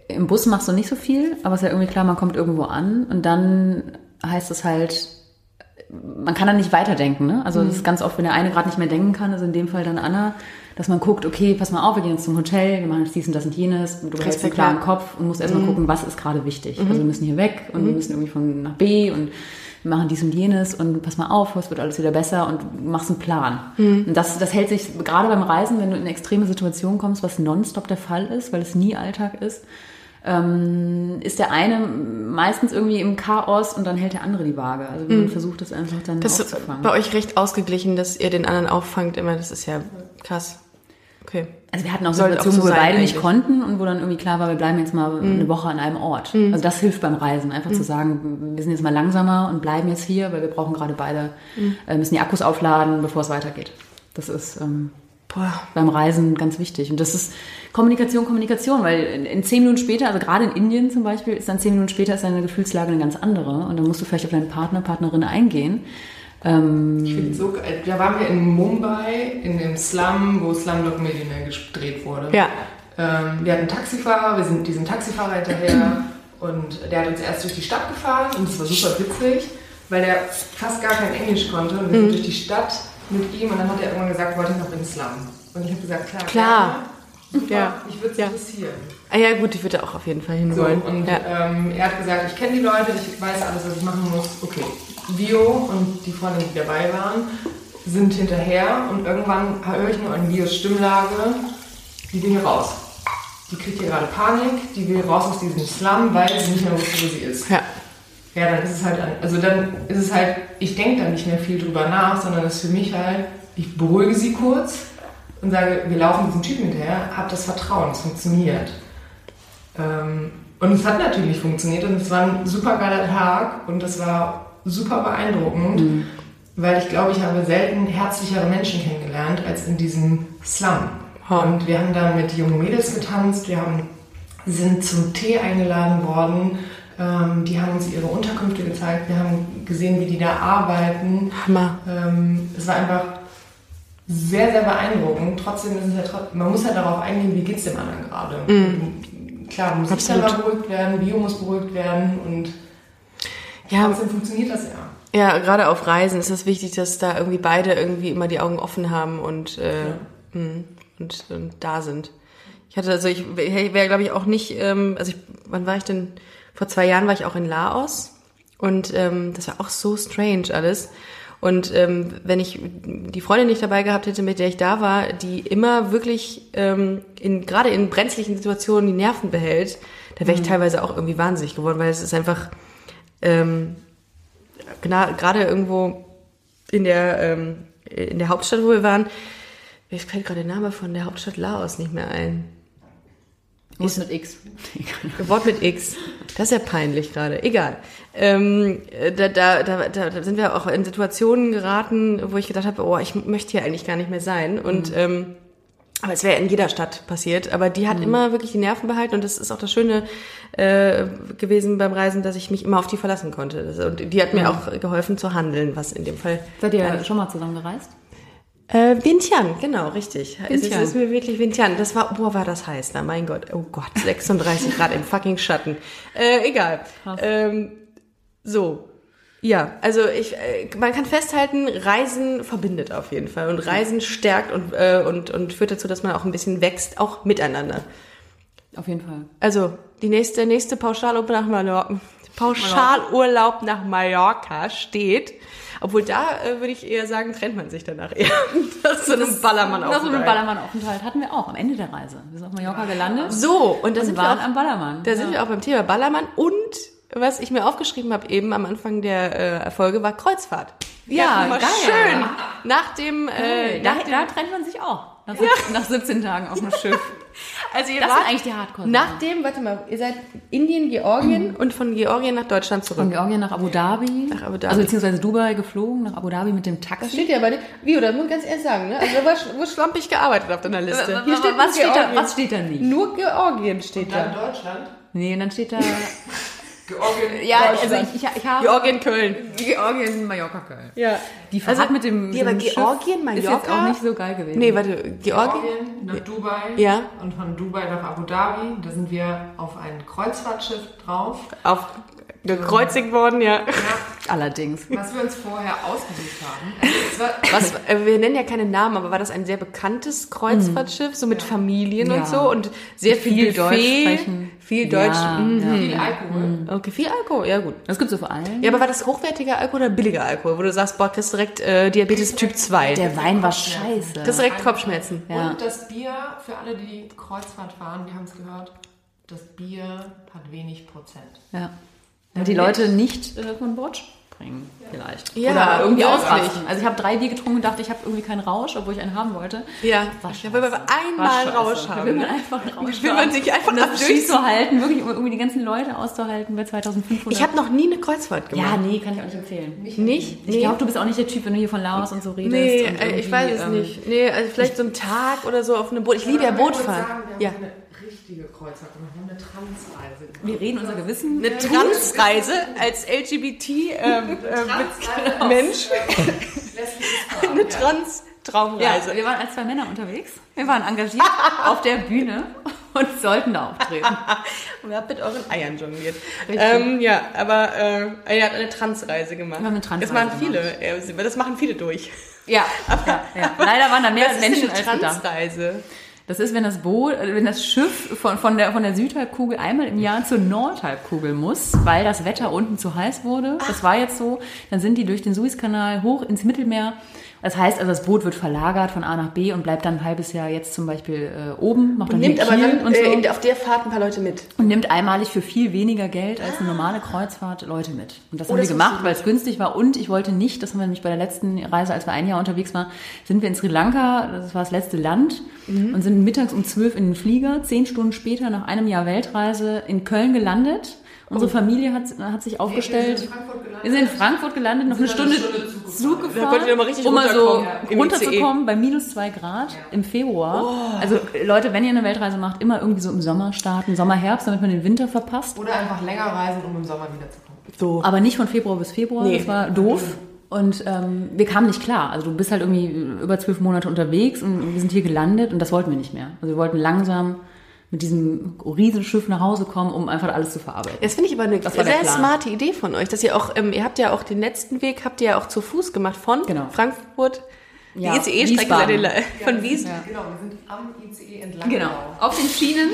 Speaker 3: im Bus machst du nicht so viel, aber es ist ja irgendwie klar, man kommt irgendwo an und dann heißt es halt, man kann dann nicht weiterdenken. Ne? Also
Speaker 2: Mhm.
Speaker 3: das ist ganz oft, wenn der eine gerade nicht mehr denken kann, also in dem Fall dann Anna, dass man guckt, okay, pass mal auf, wir gehen jetzt zum Hotel, wir machen jetzt dies und das und jenes, und du behältst einen
Speaker 2: Respekt,
Speaker 3: klaren
Speaker 2: ja. Mhm.
Speaker 3: Kopf und musst erstmal gucken, was ist gerade wichtig. Also wir müssen hier weg und wir müssen irgendwie von nach B und wir machen dies und jenes und pass mal auf, es wird alles wieder besser und du machst einen Plan.
Speaker 2: Mhm.
Speaker 3: Und das, das hält sich gerade beim Reisen, wenn du in extreme Situationen kommst, was nonstop der Fall ist, weil es nie Alltag ist, ähm, ist der eine meistens irgendwie im Chaos und dann hält der andere die Waage. Also man versucht das einfach dann
Speaker 2: Das ist
Speaker 3: aufzufangen.
Speaker 2: bei euch recht ausgeglichen, dass ihr den anderen auffangt immer. Das ist ja krass. Okay.
Speaker 3: Also wir hatten auch
Speaker 2: Soll auch
Speaker 3: Situationen,
Speaker 2: so
Speaker 3: wo wir
Speaker 2: sein
Speaker 3: beide nicht
Speaker 2: eigentlich.
Speaker 3: konnten und wo dann irgendwie klar war, wir bleiben jetzt mal eine Woche an einem Ort. Also das hilft beim Reisen, einfach zu sagen, wir sind jetzt mal langsamer und bleiben jetzt hier, weil wir brauchen gerade beide, äh, müssen die Akkus aufladen, bevor es weitergeht. Das ist ähm,
Speaker 2: Boah.
Speaker 3: beim Reisen ganz wichtig. Und das ist Kommunikation, Kommunikation, weil in, in zehn Minuten später, also gerade in Indien zum Beispiel, ist dann zehn Minuten später ist deine Gefühlslage eine ganz andere und dann musst du vielleicht auf deinen Partner, Partnerin eingehen.
Speaker 4: Ich finde so geil. Da waren wir in Mumbai, in dem Slum, wo Slumdog Millionaire gedreht wurde.
Speaker 2: Ja.
Speaker 4: Ähm, wir hatten einen Taxifahrer, wir sind diesem Taxifahrer hinterher und der hat uns erst durch die Stadt gefahren und das war super witzig, weil er fast gar kein Englisch konnte und wir
Speaker 2: Mhm.
Speaker 4: sind durch die Stadt mit ihm und dann hat er irgendwann gesagt, wollte ich noch in den Slum. Und ich habe gesagt, klar,
Speaker 2: Klar.
Speaker 4: gerne. Super,
Speaker 2: Ja.
Speaker 4: Mich würde es
Speaker 2: Ja.
Speaker 4: interessieren.
Speaker 2: Ah, ja, gut, ich würde auch auf jeden Fall
Speaker 4: So,
Speaker 2: hinwollen.
Speaker 4: und
Speaker 2: ja.
Speaker 4: ähm, er hat gesagt, ich kenne die Leute, ich weiß alles, was ich machen muss. Okay. Bio und die Freundin, die dabei waren, sind hinterher und irgendwann höre ich nur an Bios Stimmlage, die will hier raus. Die kriegt hier gerade Panik, die will raus aus diesem Slum, weil sie nicht mehr wusste, wo sie ist.
Speaker 2: ja.
Speaker 4: Ja, dann ist es halt, an- also dann ist es halt, ich denke da nicht mehr viel drüber nach, sondern es ist für mich halt, ich beruhige sie kurz und sage, wir laufen diesem Typen hinterher, hab das Vertrauen, es funktioniert. Ähm, und es hat natürlich funktioniert und es war ein super geiler Tag und es war super beeindruckend, weil ich glaube, ich habe selten herzlichere Menschen kennengelernt als in diesem Slum. Und wir haben da mit jungen Mädels getanzt, wir haben, sind zum Tee eingeladen worden, ähm, die haben uns ihre Unterkünfte gezeigt, wir haben gesehen, wie die da arbeiten.
Speaker 2: Hammer.
Speaker 4: Ähm, es war einfach sehr, sehr beeindruckend. Trotzdem ist es ja, tro- man muss ja darauf eingehen, wie geht's dem anderen gerade. Klar, Musik
Speaker 2: Absolut.
Speaker 4: selber beruhigt werden, Bio muss beruhigt werden und
Speaker 2: Ja,
Speaker 4: trotzdem funktioniert das ja.
Speaker 2: ja, gerade auf Reisen ist es wichtig, dass da irgendwie beide irgendwie immer die Augen offen haben und, äh, mh, und, und da sind. Ich hatte, also ich wäre, glaube ich, auch nicht, ähm, also ich, wann war ich denn? Vor zwei Jahren war ich auch in Laos und ähm, das war auch so strange alles. Und ähm, wenn ich die Freundin nicht dabei gehabt hätte, mit der ich da war, die immer wirklich ähm, in, gerade in brenzlichen Situationen die Nerven behält, da wäre ich teilweise auch irgendwie wahnsinnig geworden, weil es ist einfach, ähm, gna- gerade irgendwo in der, ähm, in der Hauptstadt, wo wir waren, mir fällt gerade der Name von der Hauptstadt Laos nicht mehr ein.
Speaker 3: Ist mit X.
Speaker 2: Wort mit X. Das ist ja peinlich gerade. Egal. Ähm, äh, da, da, da, da da sind wir auch in Situationen geraten, wo ich gedacht habe, oh, ich möchte hier eigentlich gar nicht mehr sein. Und ähm, aber es wäre in jeder Stadt passiert. Aber die hat immer wirklich die Nerven behalten und das ist auch das Schöne äh, gewesen beim Reisen, dass ich mich immer auf die verlassen konnte. Das, und die hat mir auch geholfen zu handeln, was in dem Fall.
Speaker 3: Seid ihr schon mal zusammen gereist?
Speaker 2: Äh, Vientiane, genau, richtig.
Speaker 3: Vientiane.
Speaker 2: Es ist mir wirklich Vientiane. Das war, boah, war das heiß da, mein Gott. Oh Gott, 36 Grad im fucking Schatten. Äh, egal. Ähm, so. Ja, also ich, äh, man kann festhalten, Reisen verbindet auf jeden Fall und Reisen stärkt und, äh, und, und führt dazu, dass man auch ein bisschen wächst, auch miteinander.
Speaker 3: Auf jeden Fall.
Speaker 2: Also, die nächste, nächste Pauschalurlaub nach Mallorca, Pauschalurlaub nach Mallorca steht. Obwohl da äh, würde ich eher sagen, trennt man sich danach eher. Das ist so ein Ballermann
Speaker 3: Das mit dem
Speaker 2: auch.
Speaker 3: Ballermann-Aufenthalt hatten wir auch am Ende der Reise. Wir sind auf Mallorca gelandet
Speaker 2: So, und da
Speaker 3: und
Speaker 2: sind wir
Speaker 3: waren
Speaker 2: auch,
Speaker 3: am Ballermann.
Speaker 2: da sind wir auch beim Thema Ballermann und was ich mir aufgeschrieben habe eben am Anfang der äh, Folge war Kreuzfahrt.
Speaker 3: Ja,
Speaker 2: mal
Speaker 3: geil.
Speaker 2: schön. Nach dem, äh,
Speaker 3: da,
Speaker 2: nach dem
Speaker 3: da trennt man sich auch. Nach, 17 nach 17 Tagen auf dem Schiff.
Speaker 2: also ihr
Speaker 3: Das sind
Speaker 2: wart
Speaker 3: eigentlich die hardcore
Speaker 2: nach dem, warte mal, ihr seid Indien, Georgien und von Georgien nach Deutschland zurück.
Speaker 3: Von Georgien nach Abu Dhabi.
Speaker 2: Nach Abu Dhabi.
Speaker 3: Also beziehungsweise Dubai geflogen, nach Abu Dhabi mit dem Taxi.
Speaker 2: Steht ja bei dir. Wie, oder muss ich ganz ehrlich sagen, ne? Also da war sch- wurde schlampig gearbeitet auf deiner Liste.
Speaker 3: Hier steht was,
Speaker 2: nur
Speaker 3: steht da,
Speaker 2: Georgien.
Speaker 3: was steht da nicht?
Speaker 2: Nur Georgien steht
Speaker 4: Dann
Speaker 2: da.
Speaker 4: Deutschland,
Speaker 3: Nee, und dann steht da...
Speaker 4: Georgien,
Speaker 3: also ich, ich, ich habe...
Speaker 2: Georgien, Köln.
Speaker 3: Georgien, Mallorca, Köln.
Speaker 2: Ja.
Speaker 3: Die Fahrt mit dem,
Speaker 2: Nee, Also aber
Speaker 3: dem Schiff
Speaker 2: Georgien,
Speaker 3: ist jetzt
Speaker 2: Mallorca?
Speaker 3: auch nicht so geil gewesen.
Speaker 2: Nee, warte, Georgien?
Speaker 4: Georgien nach Dubai
Speaker 2: Ja.
Speaker 4: und von Dubai nach Abu Dhabi. Da sind wir auf ein Kreuzfahrtschiff drauf.
Speaker 2: Auf gekreuzigt worden, ja.
Speaker 3: Allerdings.
Speaker 4: Was wir uns vorher ausgesucht haben. Also es war,
Speaker 2: Was, äh, wir nennen ja keine Namen, aber war das ein sehr bekanntes Kreuzfahrtschiff, so mit Familien
Speaker 3: Ja.
Speaker 2: und so und sehr viel,
Speaker 3: Viel Deutsch
Speaker 2: Buffet,
Speaker 3: sprechen.
Speaker 2: Viel Deutsch.
Speaker 3: Ja,
Speaker 2: mhm.
Speaker 4: viel Alkohol.
Speaker 2: Okay, viel Alkohol, ja gut.
Speaker 3: Das gibt's so vor allem.
Speaker 2: Ja, aber war das hochwertiger Alkohol oder billiger Alkohol, wo du sagst, boah, kriegst direkt äh, Diabetes Typ 2?
Speaker 3: Der Wein war scheiße.
Speaker 2: kriegst direkt Kopfschmerzen.
Speaker 3: Ja.
Speaker 4: Und das Bier, für alle, die Kreuzfahrt fahren, wir haben es gehört, das Bier hat wenig Prozent.
Speaker 3: ja. Damit die Leute nicht äh, von Bord bringen, vielleicht.
Speaker 2: Ja,
Speaker 3: Oder irgendwie
Speaker 2: wirklich.
Speaker 3: ausrasten. Also ich habe drei Bier getrunken und dachte, ich habe irgendwie keinen Rausch, obwohl ich einen haben wollte.
Speaker 2: Ja,
Speaker 3: War
Speaker 2: da will man
Speaker 3: scheiße.
Speaker 2: einmal
Speaker 3: War scheiße.
Speaker 2: Rausch
Speaker 3: Da
Speaker 2: haben,
Speaker 3: will man
Speaker 2: ne?
Speaker 3: einfach einen Rausch
Speaker 2: Will man
Speaker 3: haben.
Speaker 2: sich einfach
Speaker 3: um das
Speaker 2: abdurchs-
Speaker 3: durchzuhalten, wirklich, um irgendwie die ganzen Leute auszuhalten bei 2500.
Speaker 2: Ich habe noch nie eine Kreuzfahrt
Speaker 3: ja,
Speaker 2: gemacht.
Speaker 3: nee, kann ich auch nicht empfehlen. Ich
Speaker 2: Nicht? Nee.
Speaker 3: glaube, du bist auch nicht der Typ, wenn du hier von Laos und so redest.
Speaker 2: Nee,
Speaker 3: und
Speaker 2: äh, ich
Speaker 3: irgendwie,
Speaker 2: weiß es
Speaker 3: ähm,
Speaker 2: nicht. Nee, also vielleicht so einen Tag oder so auf einem Boot. Ich liebe ja
Speaker 4: Ich würde sagen,
Speaker 2: Bootfahren.
Speaker 4: Wir haben
Speaker 2: Ja.
Speaker 4: eine richtige Kreuzfahrt gemacht, wir haben eine Transreise gemacht.
Speaker 3: Wir reden unser Gewissen.
Speaker 2: Eine Transreise als LGBT-Mensch.
Speaker 4: Transreise Lesbisch fahren,
Speaker 2: eine
Speaker 4: ja.
Speaker 3: Ja,
Speaker 2: Trans-Traumreise.
Speaker 3: wir waren als zwei Männer unterwegs. Wir waren engagiert auf der Bühne und sollten da auftreten.
Speaker 2: Und ihr habt mit euren Eiern jongliert.
Speaker 3: Richtig.
Speaker 2: Ähm, ja, aber äh, ihr habt eine Transreise gemacht.
Speaker 3: Wir haben eine Transreise
Speaker 2: Das machen viele. äh, Das machen viele durch.
Speaker 3: Ja, ja, ja. Leider waren da mehr
Speaker 2: Was ist
Speaker 3: Menschen
Speaker 2: denn
Speaker 3: als
Speaker 2: eine
Speaker 3: gedacht.
Speaker 2: Transreise?
Speaker 3: Das ist, wenn das Boot, äh, wenn das Schiff von, von, der, von der Südhalbkugel einmal im Jahr zur Nordhalbkugel muss, weil das Wetter unten zu heiß wurde.
Speaker 2: Ah.
Speaker 3: Das war jetzt so. Dann sind die durch den Suezkanal hoch ins Mittelmeer. Das heißt, also das Boot wird verlagert von A nach B und bleibt dann ein halbes Jahr jetzt zum Beispiel äh, oben, macht dann
Speaker 2: Nimmt
Speaker 3: hier
Speaker 2: aber
Speaker 3: Kiel
Speaker 2: dann
Speaker 3: und so.
Speaker 2: äh, in, auf der Fahrt ein paar Leute mit.
Speaker 3: Und nimmt einmalig für viel weniger Geld als eine normale Kreuzfahrt Leute mit. Und das haben wir
Speaker 2: das
Speaker 3: gemacht, weil es günstig war. Und ich wollte nicht, das haben wir nämlich bei der letzten Reise, als wir ein Jahr unterwegs waren, sind wir in Sri Lanka, das war das letzte Land, und sind mittags um zwölf in den Flieger, zehn Stunden später, nach einem Jahr Weltreise, in Köln gelandet. Unsere Familie hat, hat sich aufgestellt. Wir sind in Frankfurt gelandet, noch eine Stunde, Zug gefahren,
Speaker 2: Da konntet ihr mal richtig
Speaker 3: um mal so
Speaker 2: runterkommen, ja, im E
Speaker 3: runterzukommen bei minus zwei Grad im
Speaker 2: Oh.
Speaker 3: Februar. Also äh, Leute, wenn ihr eine Weltreise macht, immer irgendwie so im Sommer starten, Sommer, Herbst, damit man den Winter verpasst.
Speaker 4: Oder einfach länger reisen, um im Sommer wiederzukommen.
Speaker 2: So.
Speaker 3: Aber nicht von Februar bis Februar, das war doof. Und ähm, wir kamen nicht klar. Also du bist halt irgendwie über zwölf Monate unterwegs und wir sind hier gelandet und das wollten wir nicht mehr. Also wir wollten langsam mit diesem Riesenschiff nach Hause kommen, um einfach alles zu verarbeiten.
Speaker 2: Das finde ich aber eine
Speaker 3: war der
Speaker 2: sehr
Speaker 3: Plan.
Speaker 2: smarte Idee von euch, dass ihr auch, ähm, ihr habt ja auch den letzten Weg, habt ihr ja auch zu Fuß gemacht von
Speaker 3: Genau.
Speaker 2: Frankfurt,
Speaker 3: Ja,
Speaker 2: die ICE-Strecke seid ihr
Speaker 3: Wiesbaden.
Speaker 2: le- von Wiesbaden.
Speaker 4: Genau, wir sind am ICE entlang.
Speaker 3: Genau. Auf den Schienen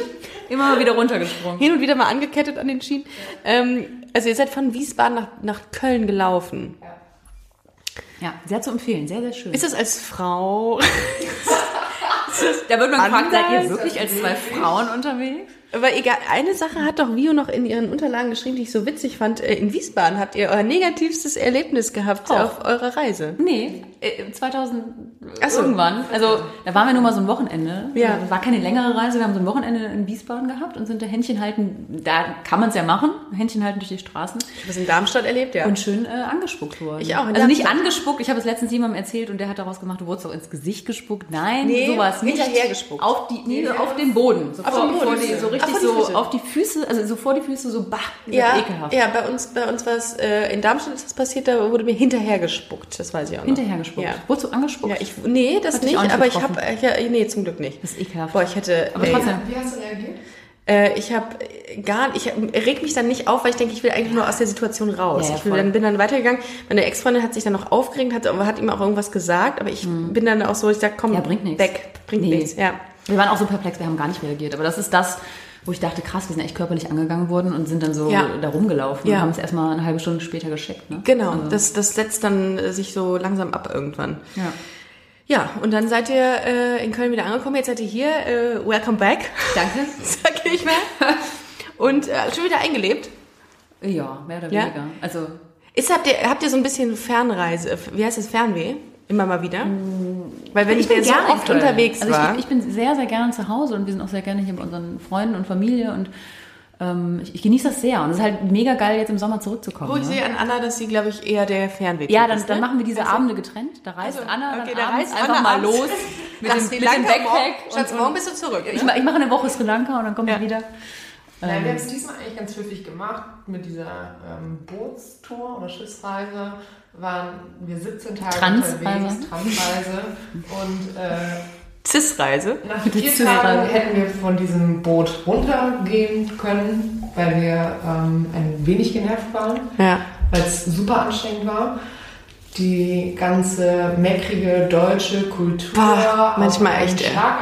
Speaker 3: immer mal wieder runtergesprungen.
Speaker 2: Hin und wieder mal angekettet an den Schienen. Ähm, also ihr seid von Wiesbaden nach, nach Köln gelaufen.
Speaker 3: Ja, sehr zu empfehlen, sehr, sehr schön.
Speaker 2: Ist das als Frau?
Speaker 3: Da wird man gefragt, seid ihr
Speaker 2: Anders?
Speaker 3: wirklich als zwei Frauen unterwegs?
Speaker 2: Aber egal, eine Sache hat doch Vio noch in ihren Unterlagen geschrieben, die ich so witzig fand. Äh, In Wiesbaden habt ihr euer negativstes Erlebnis
Speaker 3: Oh.
Speaker 2: gehabt auf eurer Reise.
Speaker 3: Nee, äh, 2000
Speaker 2: Ach so.
Speaker 3: irgendwann. Also da waren wir nur mal so ein Wochenende. Also,
Speaker 2: Ja.
Speaker 3: War keine längere Reise. Wir haben so ein Wochenende in Wiesbaden gehabt und sind da Händchen halten. Da kann man es ja machen. Händchen halten durch die Straßen
Speaker 2: Ich habe es in Darmstadt erlebt, ja.
Speaker 3: und schön äh, angespuckt worden.
Speaker 2: Ich auch, in
Speaker 3: Also nicht
Speaker 2: Darmstadt.
Speaker 3: angespuckt. Ich habe es letztens jemandem erzählt und der hat daraus gemacht, du wurdest auch ins Gesicht gespuckt. Nein,
Speaker 2: Nee,
Speaker 3: sowas nicht.
Speaker 2: hinterhergespuckt.
Speaker 3: Auf die, nee, auf den Boden. So, vor,
Speaker 2: den Boden.
Speaker 3: Vor die, so richtig
Speaker 2: Ach, vor die
Speaker 3: so
Speaker 2: Füße.
Speaker 3: auf die Füße, also so vor die Füße, so bah,
Speaker 2: ja,
Speaker 3: ekelhaft.
Speaker 2: ja, bei uns, bei uns war es, äh, in Darmstadt ist das passiert, da wurde mir hinterher gespuckt, das weiß ich auch noch.
Speaker 3: Hinterhergespuckt.
Speaker 2: Ja.
Speaker 3: Wurdest du angespuckt?
Speaker 2: Ja, ich, nee, das
Speaker 3: Hat dich
Speaker 2: nicht,
Speaker 3: auch nicht
Speaker 2: aber ich
Speaker 3: getroffen.
Speaker 2: habe, ja, nee, zum Glück nicht.
Speaker 3: Das ist ekelhaft.
Speaker 2: Boah, ich hätte,
Speaker 3: Aber trotzdem.
Speaker 4: Wie hast du reagiert?
Speaker 2: äh, ich habe gar, ich hab- reg mich dann nicht auf, weil ich denke, ich will eigentlich nur aus der Situation raus.
Speaker 3: Ja, ja,
Speaker 2: ich will,
Speaker 3: voll.
Speaker 2: dann, bin dann weitergegangen. Meine Ex-Freundin hat sich dann noch aufgeregt, hat, hat ihm auch irgendwas gesagt, aber ich bin dann auch so, ich sag, komm,
Speaker 3: Mhm. Ja, bringt nichts.
Speaker 2: weg, bringt
Speaker 3: Nee.
Speaker 2: nichts, ja.
Speaker 3: Wir waren auch so perplex, wir haben gar nicht reagiert. Aber das ist das, wo ich dachte, krass, wir sind echt körperlich angegangen worden und sind dann so
Speaker 2: Ja.
Speaker 3: da rumgelaufen
Speaker 2: Ja.
Speaker 3: und haben es erstmal eine halbe Stunde später gescheckt. Ne?
Speaker 2: Genau,
Speaker 3: Also,
Speaker 2: das, das setzt dann äh, sich so langsam ab irgendwann.
Speaker 3: ja.
Speaker 2: Ja, und dann seid ihr äh, in Köln wieder angekommen. Jetzt seid ihr hier. Äh, welcome back,
Speaker 3: Danke.
Speaker 2: sag ich mal. Und äh, schon wieder eingelebt.
Speaker 3: Ja, mehr oder
Speaker 2: Ja?
Speaker 3: weniger. Also
Speaker 2: Ist, habt, ihr, habt ihr so ein bisschen Fernreise, wie heißt das, Fernweh? Immer mal wieder? Weil wenn ich,
Speaker 3: bin
Speaker 2: so
Speaker 3: gerne in
Speaker 2: oft
Speaker 3: Köln.
Speaker 2: unterwegs
Speaker 3: also
Speaker 2: war.
Speaker 3: Ich, ich bin sehr, sehr gerne zu Hause und wir sind auch sehr gerne hier bei unseren Freunden und Familie und ähm, ich, ich genieße das sehr. Und es ist halt mega geil, jetzt im Sommer zurückzukommen.
Speaker 2: oh, ich
Speaker 3: ne?
Speaker 2: sehe an Anna, dass sie, glaube ich, eher der Fernweh
Speaker 3: Ja, dann, dann machen wir diese Abende getrennt. Da reist
Speaker 2: Also,
Speaker 3: Anna
Speaker 2: okay,
Speaker 3: dann
Speaker 2: da
Speaker 3: abends
Speaker 2: reist
Speaker 3: einfach
Speaker 2: Anna
Speaker 3: mal
Speaker 2: abends.
Speaker 3: los mit dem,
Speaker 2: Lass die
Speaker 3: mit
Speaker 2: lange
Speaker 3: dem Backpack.
Speaker 2: morgen- Schatz, morgen bist du zurück.
Speaker 3: Ich,
Speaker 2: ne?
Speaker 3: ma- ich mache eine Woche Sri Lanka und dann komme
Speaker 2: Ja.
Speaker 3: ich wieder.
Speaker 4: Nein,
Speaker 3: Ähm.
Speaker 4: wir haben es diesmal eigentlich ganz höflich gemacht mit dieser ähm, Bootstour oder Schiffsreise. Waren wir 17 Tage
Speaker 3: Transreise.
Speaker 4: unterwegs, Transreise. Und äh,
Speaker 2: Cis-Reise.
Speaker 4: nach
Speaker 3: Die
Speaker 4: vier
Speaker 3: Cis-Reise.
Speaker 4: Tagen hätten wir von diesem Boot runtergehen können, weil wir ähm, ein wenig genervt waren.
Speaker 2: Ja.
Speaker 4: weil es super anstrengend war. Die ganze meckrige deutsche Kultur
Speaker 2: Boah,
Speaker 4: auch
Speaker 2: manchmal
Speaker 4: einen
Speaker 2: echt, ey.
Speaker 4: Schlag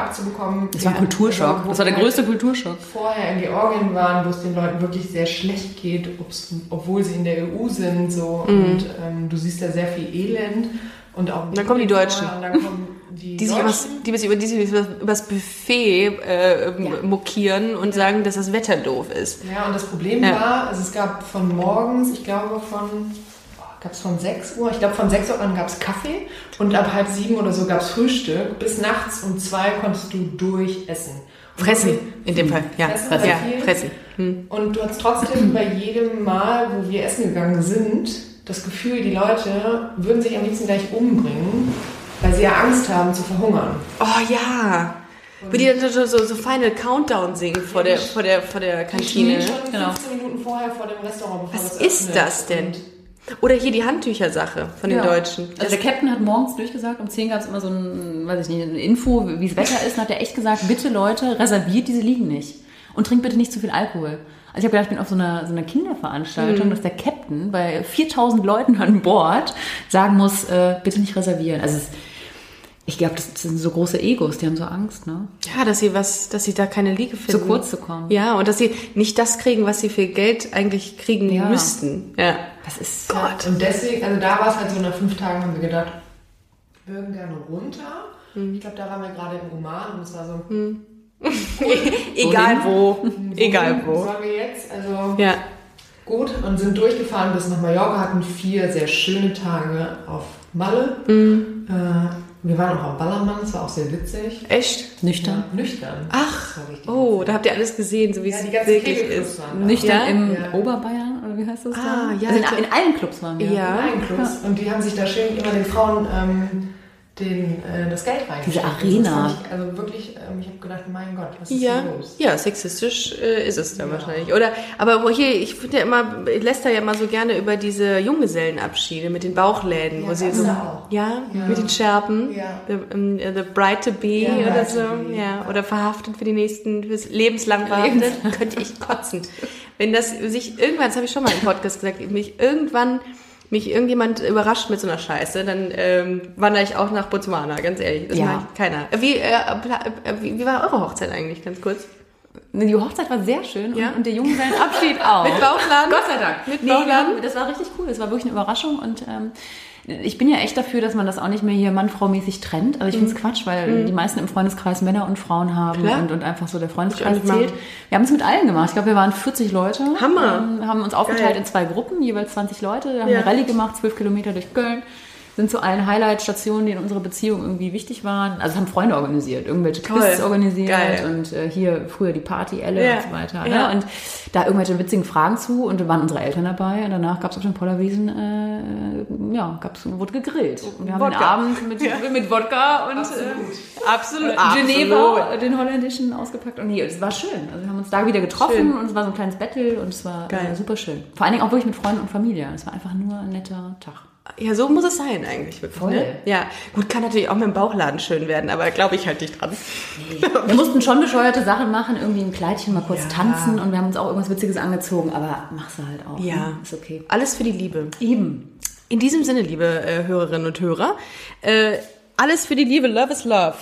Speaker 3: äh,
Speaker 4: abzubekommen. also
Speaker 3: Das war ein Kulturschock. Das war der größte Kulturschock.
Speaker 4: Vorher in Georgien waren, wo es den Leuten wirklich sehr schlecht geht, ob's- obwohl sie in der EU sind. So.
Speaker 2: Mhm.
Speaker 4: Und ähm, du siehst da sehr viel Elend. Und auch
Speaker 2: dann kommen die Deutschen.
Speaker 4: Und dann kommen die,
Speaker 2: Die sich, übers,
Speaker 4: Deutschen.
Speaker 2: die, sich über, die sich über- übers Buffet äh, mokieren und sagen, dass das Wetter doof ist.
Speaker 4: Ja, und das Problem
Speaker 2: Ja.
Speaker 4: war, also es gab von morgens, ich glaube von boah, gab es von 6 Uhr, ich glaube von 6 Uhr an gab es Kaffee und ab halb sieben oder so gab es Frühstück. Bis nachts um zwei konntest du durchessen. Und
Speaker 2: Fressi, in dem Fall. Ja,
Speaker 4: Fressen
Speaker 2: Fressi.
Speaker 4: war
Speaker 2: Ja, Hm.
Speaker 4: viel.
Speaker 2: Fressi.
Speaker 4: Und du hast trotzdem bei jedem Mal, wo wir essen gegangen sind, das Gefühl, die Leute würden sich am liebsten gleich umbringen, weil sie ja Angst haben zu verhungern.
Speaker 2: Oh ja. Wie die dann so, so, so Final Countdown singen vor der, vor der, vor der Kantine.
Speaker 4: Ich bin schon 15 Minuten vorher vor dem Restaurant, bevor
Speaker 2: genau. Was
Speaker 4: das
Speaker 2: ist
Speaker 4: öffnet.
Speaker 2: das denn? Oder hier die Handtüchersache von den Deutschen.
Speaker 3: Also der Captain hat morgens durchgesagt, um 10 gab es immer so ein, weiß ich nicht, eine Info, wie das Wetter ist. Und hat er echt gesagt, bitte Leute, reserviert diese Liegen nicht. Und trinkt bitte nicht zu viel Alkohol. Also ich habe gedacht, ich bin auf so einer, so einer
Speaker 2: Mhm.
Speaker 3: Kinderveranstaltung, dass der Captain bei 4000 Leuten an Bord sagen muss, äh, bitte nicht reservieren. Also es, ich glaube, das sind so große Egos, die haben so Angst, ne?
Speaker 2: Ja, dass sie was, dass sie da keine Liege finden.
Speaker 3: Zu kurz zu kommen.
Speaker 2: Ja, und dass sie nicht das kriegen, was sie für Geld eigentlich kriegen
Speaker 3: Ja.
Speaker 2: müssten. Ja.
Speaker 3: Das ist
Speaker 2: Gott.
Speaker 4: Und deswegen, also da war es halt so, nach fünf Tagen haben wir gedacht, wir würden gerne runter.
Speaker 2: Hm.
Speaker 4: Ich glaube, da waren wir gerade im Oman und es war so, hm,
Speaker 2: Egal wo. Egal wo.
Speaker 4: sollen wir jetzt? Also
Speaker 2: Ja.
Speaker 4: gut und sind durchgefahren bis nach Mallorca, hatten vier sehr schöne Tage auf Malle.
Speaker 2: Mhm.
Speaker 4: Äh, wir waren auch am Ballermann, es war auch sehr witzig.
Speaker 2: Echt?
Speaker 3: nüchtern.
Speaker 4: Nüchtern.
Speaker 2: Ach.
Speaker 4: Das war richtig
Speaker 2: Oh,
Speaker 4: witzig.
Speaker 2: da habt ihr alles gesehen, so wie
Speaker 4: ja,
Speaker 2: es
Speaker 4: die ganzen
Speaker 2: wirklich
Speaker 4: Kegelclubs
Speaker 2: ist.
Speaker 4: waren da.
Speaker 3: Nüchtern
Speaker 2: Ja?
Speaker 3: im
Speaker 4: Ja.
Speaker 3: Oberbayern, oder wie heißt das da?
Speaker 2: Ah, ja,
Speaker 3: Also
Speaker 2: klar.
Speaker 3: in, in allen Clubs waren wir.
Speaker 2: Ja.
Speaker 4: Nein, Clubs. Und die haben sich da schön immer den Frauen ähm, den, äh, das Geld
Speaker 3: Diese
Speaker 4: reingeschickt.
Speaker 3: Arena.
Speaker 4: Das fand ich, also wirklich, ähm, ich habe gedacht, mein Gott, was ist
Speaker 2: Ja,
Speaker 4: hier los?
Speaker 2: ja, sexistisch äh, ist es da wahrscheinlich. Oder, aber wo hier, ich finde ja immer, Lester ja immer so gerne über diese Junggesellenabschiede mit den Bauchläden, wo sie so,
Speaker 4: auch.
Speaker 2: ja, mit den Scherben,
Speaker 4: Ja.
Speaker 2: the, ähm, äh, the bride to be
Speaker 4: Ja,
Speaker 2: oder
Speaker 4: bride to
Speaker 2: so,
Speaker 4: be,
Speaker 2: ja, oder verhaftet für die nächsten, fürs lebenslang verhaftet, könnte ich kotzen. Wenn das sich irgendwann, das habe ich schon mal im Podcast gesagt, mich irgendwann mich irgendjemand überrascht mit so einer Scheiße, dann ähm, wandere ich auch nach Botswana, ganz ehrlich. Das
Speaker 3: Ja.
Speaker 2: macht keiner. Wie, äh, pla- äh, wie, wie war eure Hochzeit eigentlich, ganz kurz?
Speaker 3: Die Hochzeit war sehr schön und,
Speaker 2: Ja.
Speaker 3: und der Junggesellenabschied auch.
Speaker 2: Mit Bauchladen?
Speaker 3: Oh. Gott sei Dank.
Speaker 2: Mit
Speaker 3: nee, wir
Speaker 2: Bauchladen?
Speaker 3: haben, das war richtig cool. Es war wirklich eine Überraschung und ähm, ich bin ja echt dafür, dass man das auch nicht mehr hier Mann-Frau-mäßig trennt. Also ich finde es Quatsch, weil die meisten im Freundeskreis Männer und Frauen haben
Speaker 2: Mhm. Klar.
Speaker 3: und, und einfach so der
Speaker 2: Ich
Speaker 3: Freundeskreis
Speaker 2: auch nicht
Speaker 3: zählt.
Speaker 2: machen.
Speaker 3: Wir haben es mit allen gemacht. Ich glaube, wir waren 40 Leute.
Speaker 2: Hammer.
Speaker 3: Ähm, haben uns aufgeteilt
Speaker 2: Geil.
Speaker 3: in zwei Gruppen, jeweils 20 Leute. Wir haben
Speaker 2: Ja.
Speaker 3: eine Rallye gemacht, 12 Kilometer durch Köln. Sind zu allen Highlight-Stationen, die in unserer Beziehung irgendwie wichtig waren. Also haben Freunde organisiert, irgendwelche
Speaker 2: Toll.
Speaker 3: Quiz organisiert
Speaker 2: Geil.
Speaker 3: und äh, hier früher die Party Elle
Speaker 2: Ja.
Speaker 3: und so weiter.
Speaker 2: Ja.
Speaker 3: Ne? Und da irgendwelche witzigen Fragen zu und da waren unsere Eltern dabei und danach gab es auf den Pollerwiesen, äh, ja, gab's, wurde gegrillt. Und wir haben den
Speaker 2: Wodka.
Speaker 3: Abend mit, mit Wodka und äh,
Speaker 2: Absolut.
Speaker 3: Geneva, äh, den holländischen ausgepackt und hier, es war schön. Also wir haben uns da wieder getroffen
Speaker 2: Schön.
Speaker 3: und es war so ein kleines Battle und es war
Speaker 2: Geil.
Speaker 3: äh, super schön. Vor allen Dingen auch wirklich mit Freunden und Familie. Es war einfach nur ein netter Tag.
Speaker 2: Ja, so muss es sein eigentlich. Wirklich,
Speaker 3: Voll.
Speaker 2: Ne? Ja, gut, kann natürlich auch mit dem Bauchladen schön werden, aber glaube ich halt nicht dran.
Speaker 3: Wir mussten schon bescheuerte Sachen machen, irgendwie ein Kleidchen mal kurz tanzen und wir haben uns auch irgendwas Witziges angezogen, aber mach's halt auch. Ne? Ist okay.
Speaker 2: Alles für die Liebe.
Speaker 3: Eben.
Speaker 2: In diesem Sinne, liebe äh, Hörerinnen und Hörer, äh, alles für die Liebe, Love is Love.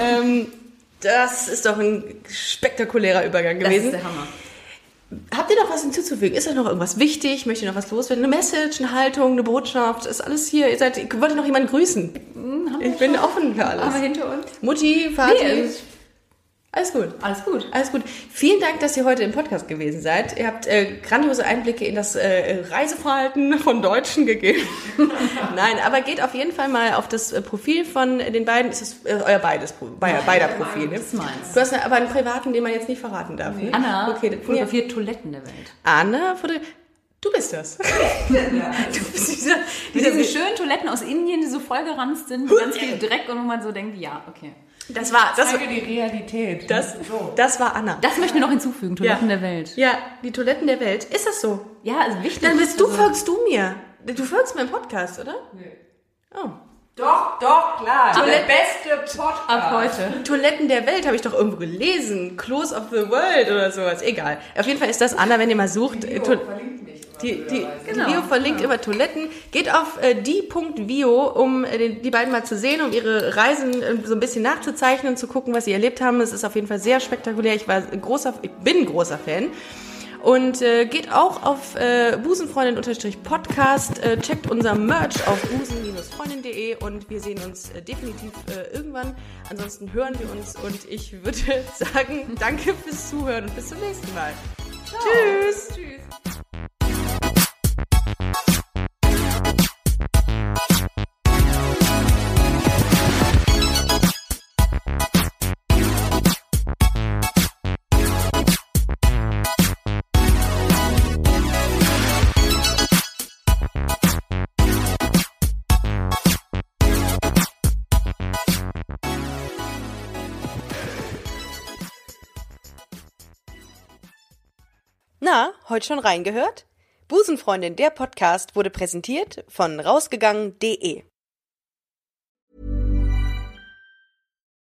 Speaker 2: ähm, das ist doch ein spektakulärer Übergang gewesen.
Speaker 3: Hammer.
Speaker 2: Habt ihr noch was hinzuzufügen? Ist euch noch irgendwas wichtig? Möchtet ihr noch was loswerden? Eine Message, eine Haltung, eine Botschaft? Ist alles hier? Ihr seid, wollt ihr noch jemanden grüßen?
Speaker 3: Hm,
Speaker 2: Ich bin offen für alles.
Speaker 3: hinter uns.
Speaker 2: Mutti, Vati.
Speaker 3: Nee,
Speaker 2: alles gut.
Speaker 3: Alles gut.
Speaker 2: Alles gut. Vielen Dank, dass ihr heute im Podcast gewesen seid. Ihr habt äh, grandiose Einblicke in das äh, Reiseverhalten von Deutschen gegeben. Nein, aber geht auf jeden Fall mal auf das äh, Profil von den beiden. Ist das äh, euer beides, Pro- beider, beider Profil? Ne?
Speaker 3: meins.
Speaker 2: Du hast ja aber einen privaten, den man jetzt nicht verraten darf. Ne?
Speaker 3: Anna
Speaker 2: Okay, dann-
Speaker 3: fotografiert Toiletten der Welt.
Speaker 2: Anna wurde. Du bist das. du bist dieser,
Speaker 3: Mit diesen
Speaker 2: dieser,
Speaker 3: schönen Toiletten aus Indien, die so vollgeranzt sind, mit ganz viel Dreck und wo man so denkt, ja, okay.
Speaker 2: das war das, war-
Speaker 4: die Realität.
Speaker 2: das, das war Anna.
Speaker 3: Das möchten wir noch hinzufügen, Toiletten der Welt.
Speaker 2: Ja, die Toiletten der Welt. Ist das so?
Speaker 3: Ja, also wichtig.
Speaker 2: Dann bist du,
Speaker 3: Also,
Speaker 2: folgst du mir. Du folgst meinem Podcast, oder? Nee. Oh.
Speaker 4: Doch, doch, klar.
Speaker 3: Aber-
Speaker 4: der beste Podcast.
Speaker 3: ab heute.
Speaker 2: Toiletten der Welt habe ich doch irgendwo gelesen. Close of the World oder sowas. Egal. Auf jeden Fall ist das Anna, wenn ihr mal sucht. äh, Die Vio, die, die, die Vio verlinkt über Toiletten. Geht auf äh, die.vio, um äh, den- die beiden mal zu sehen, um ihre Reisen äh, so ein bisschen nachzuzeichnen, zu gucken, was sie erlebt haben. Es ist auf jeden Fall sehr spektakulär. Ich war ein großer, ich bin ein großer Fan. Und äh, geht auch auf äh, busenfreundin-podcast, äh, checkt unser Merch auf busen-freundin.de und wir sehen uns äh, definitiv äh, irgendwann. Ansonsten hören wir uns und ich würde sagen, danke fürs Zuhören und bis zum nächsten Mal. Tschüss. Tschüss.
Speaker 7: Na, heute schon reingehört? Busenfreundin, der Podcast wurde präsentiert von rausgegangen.de.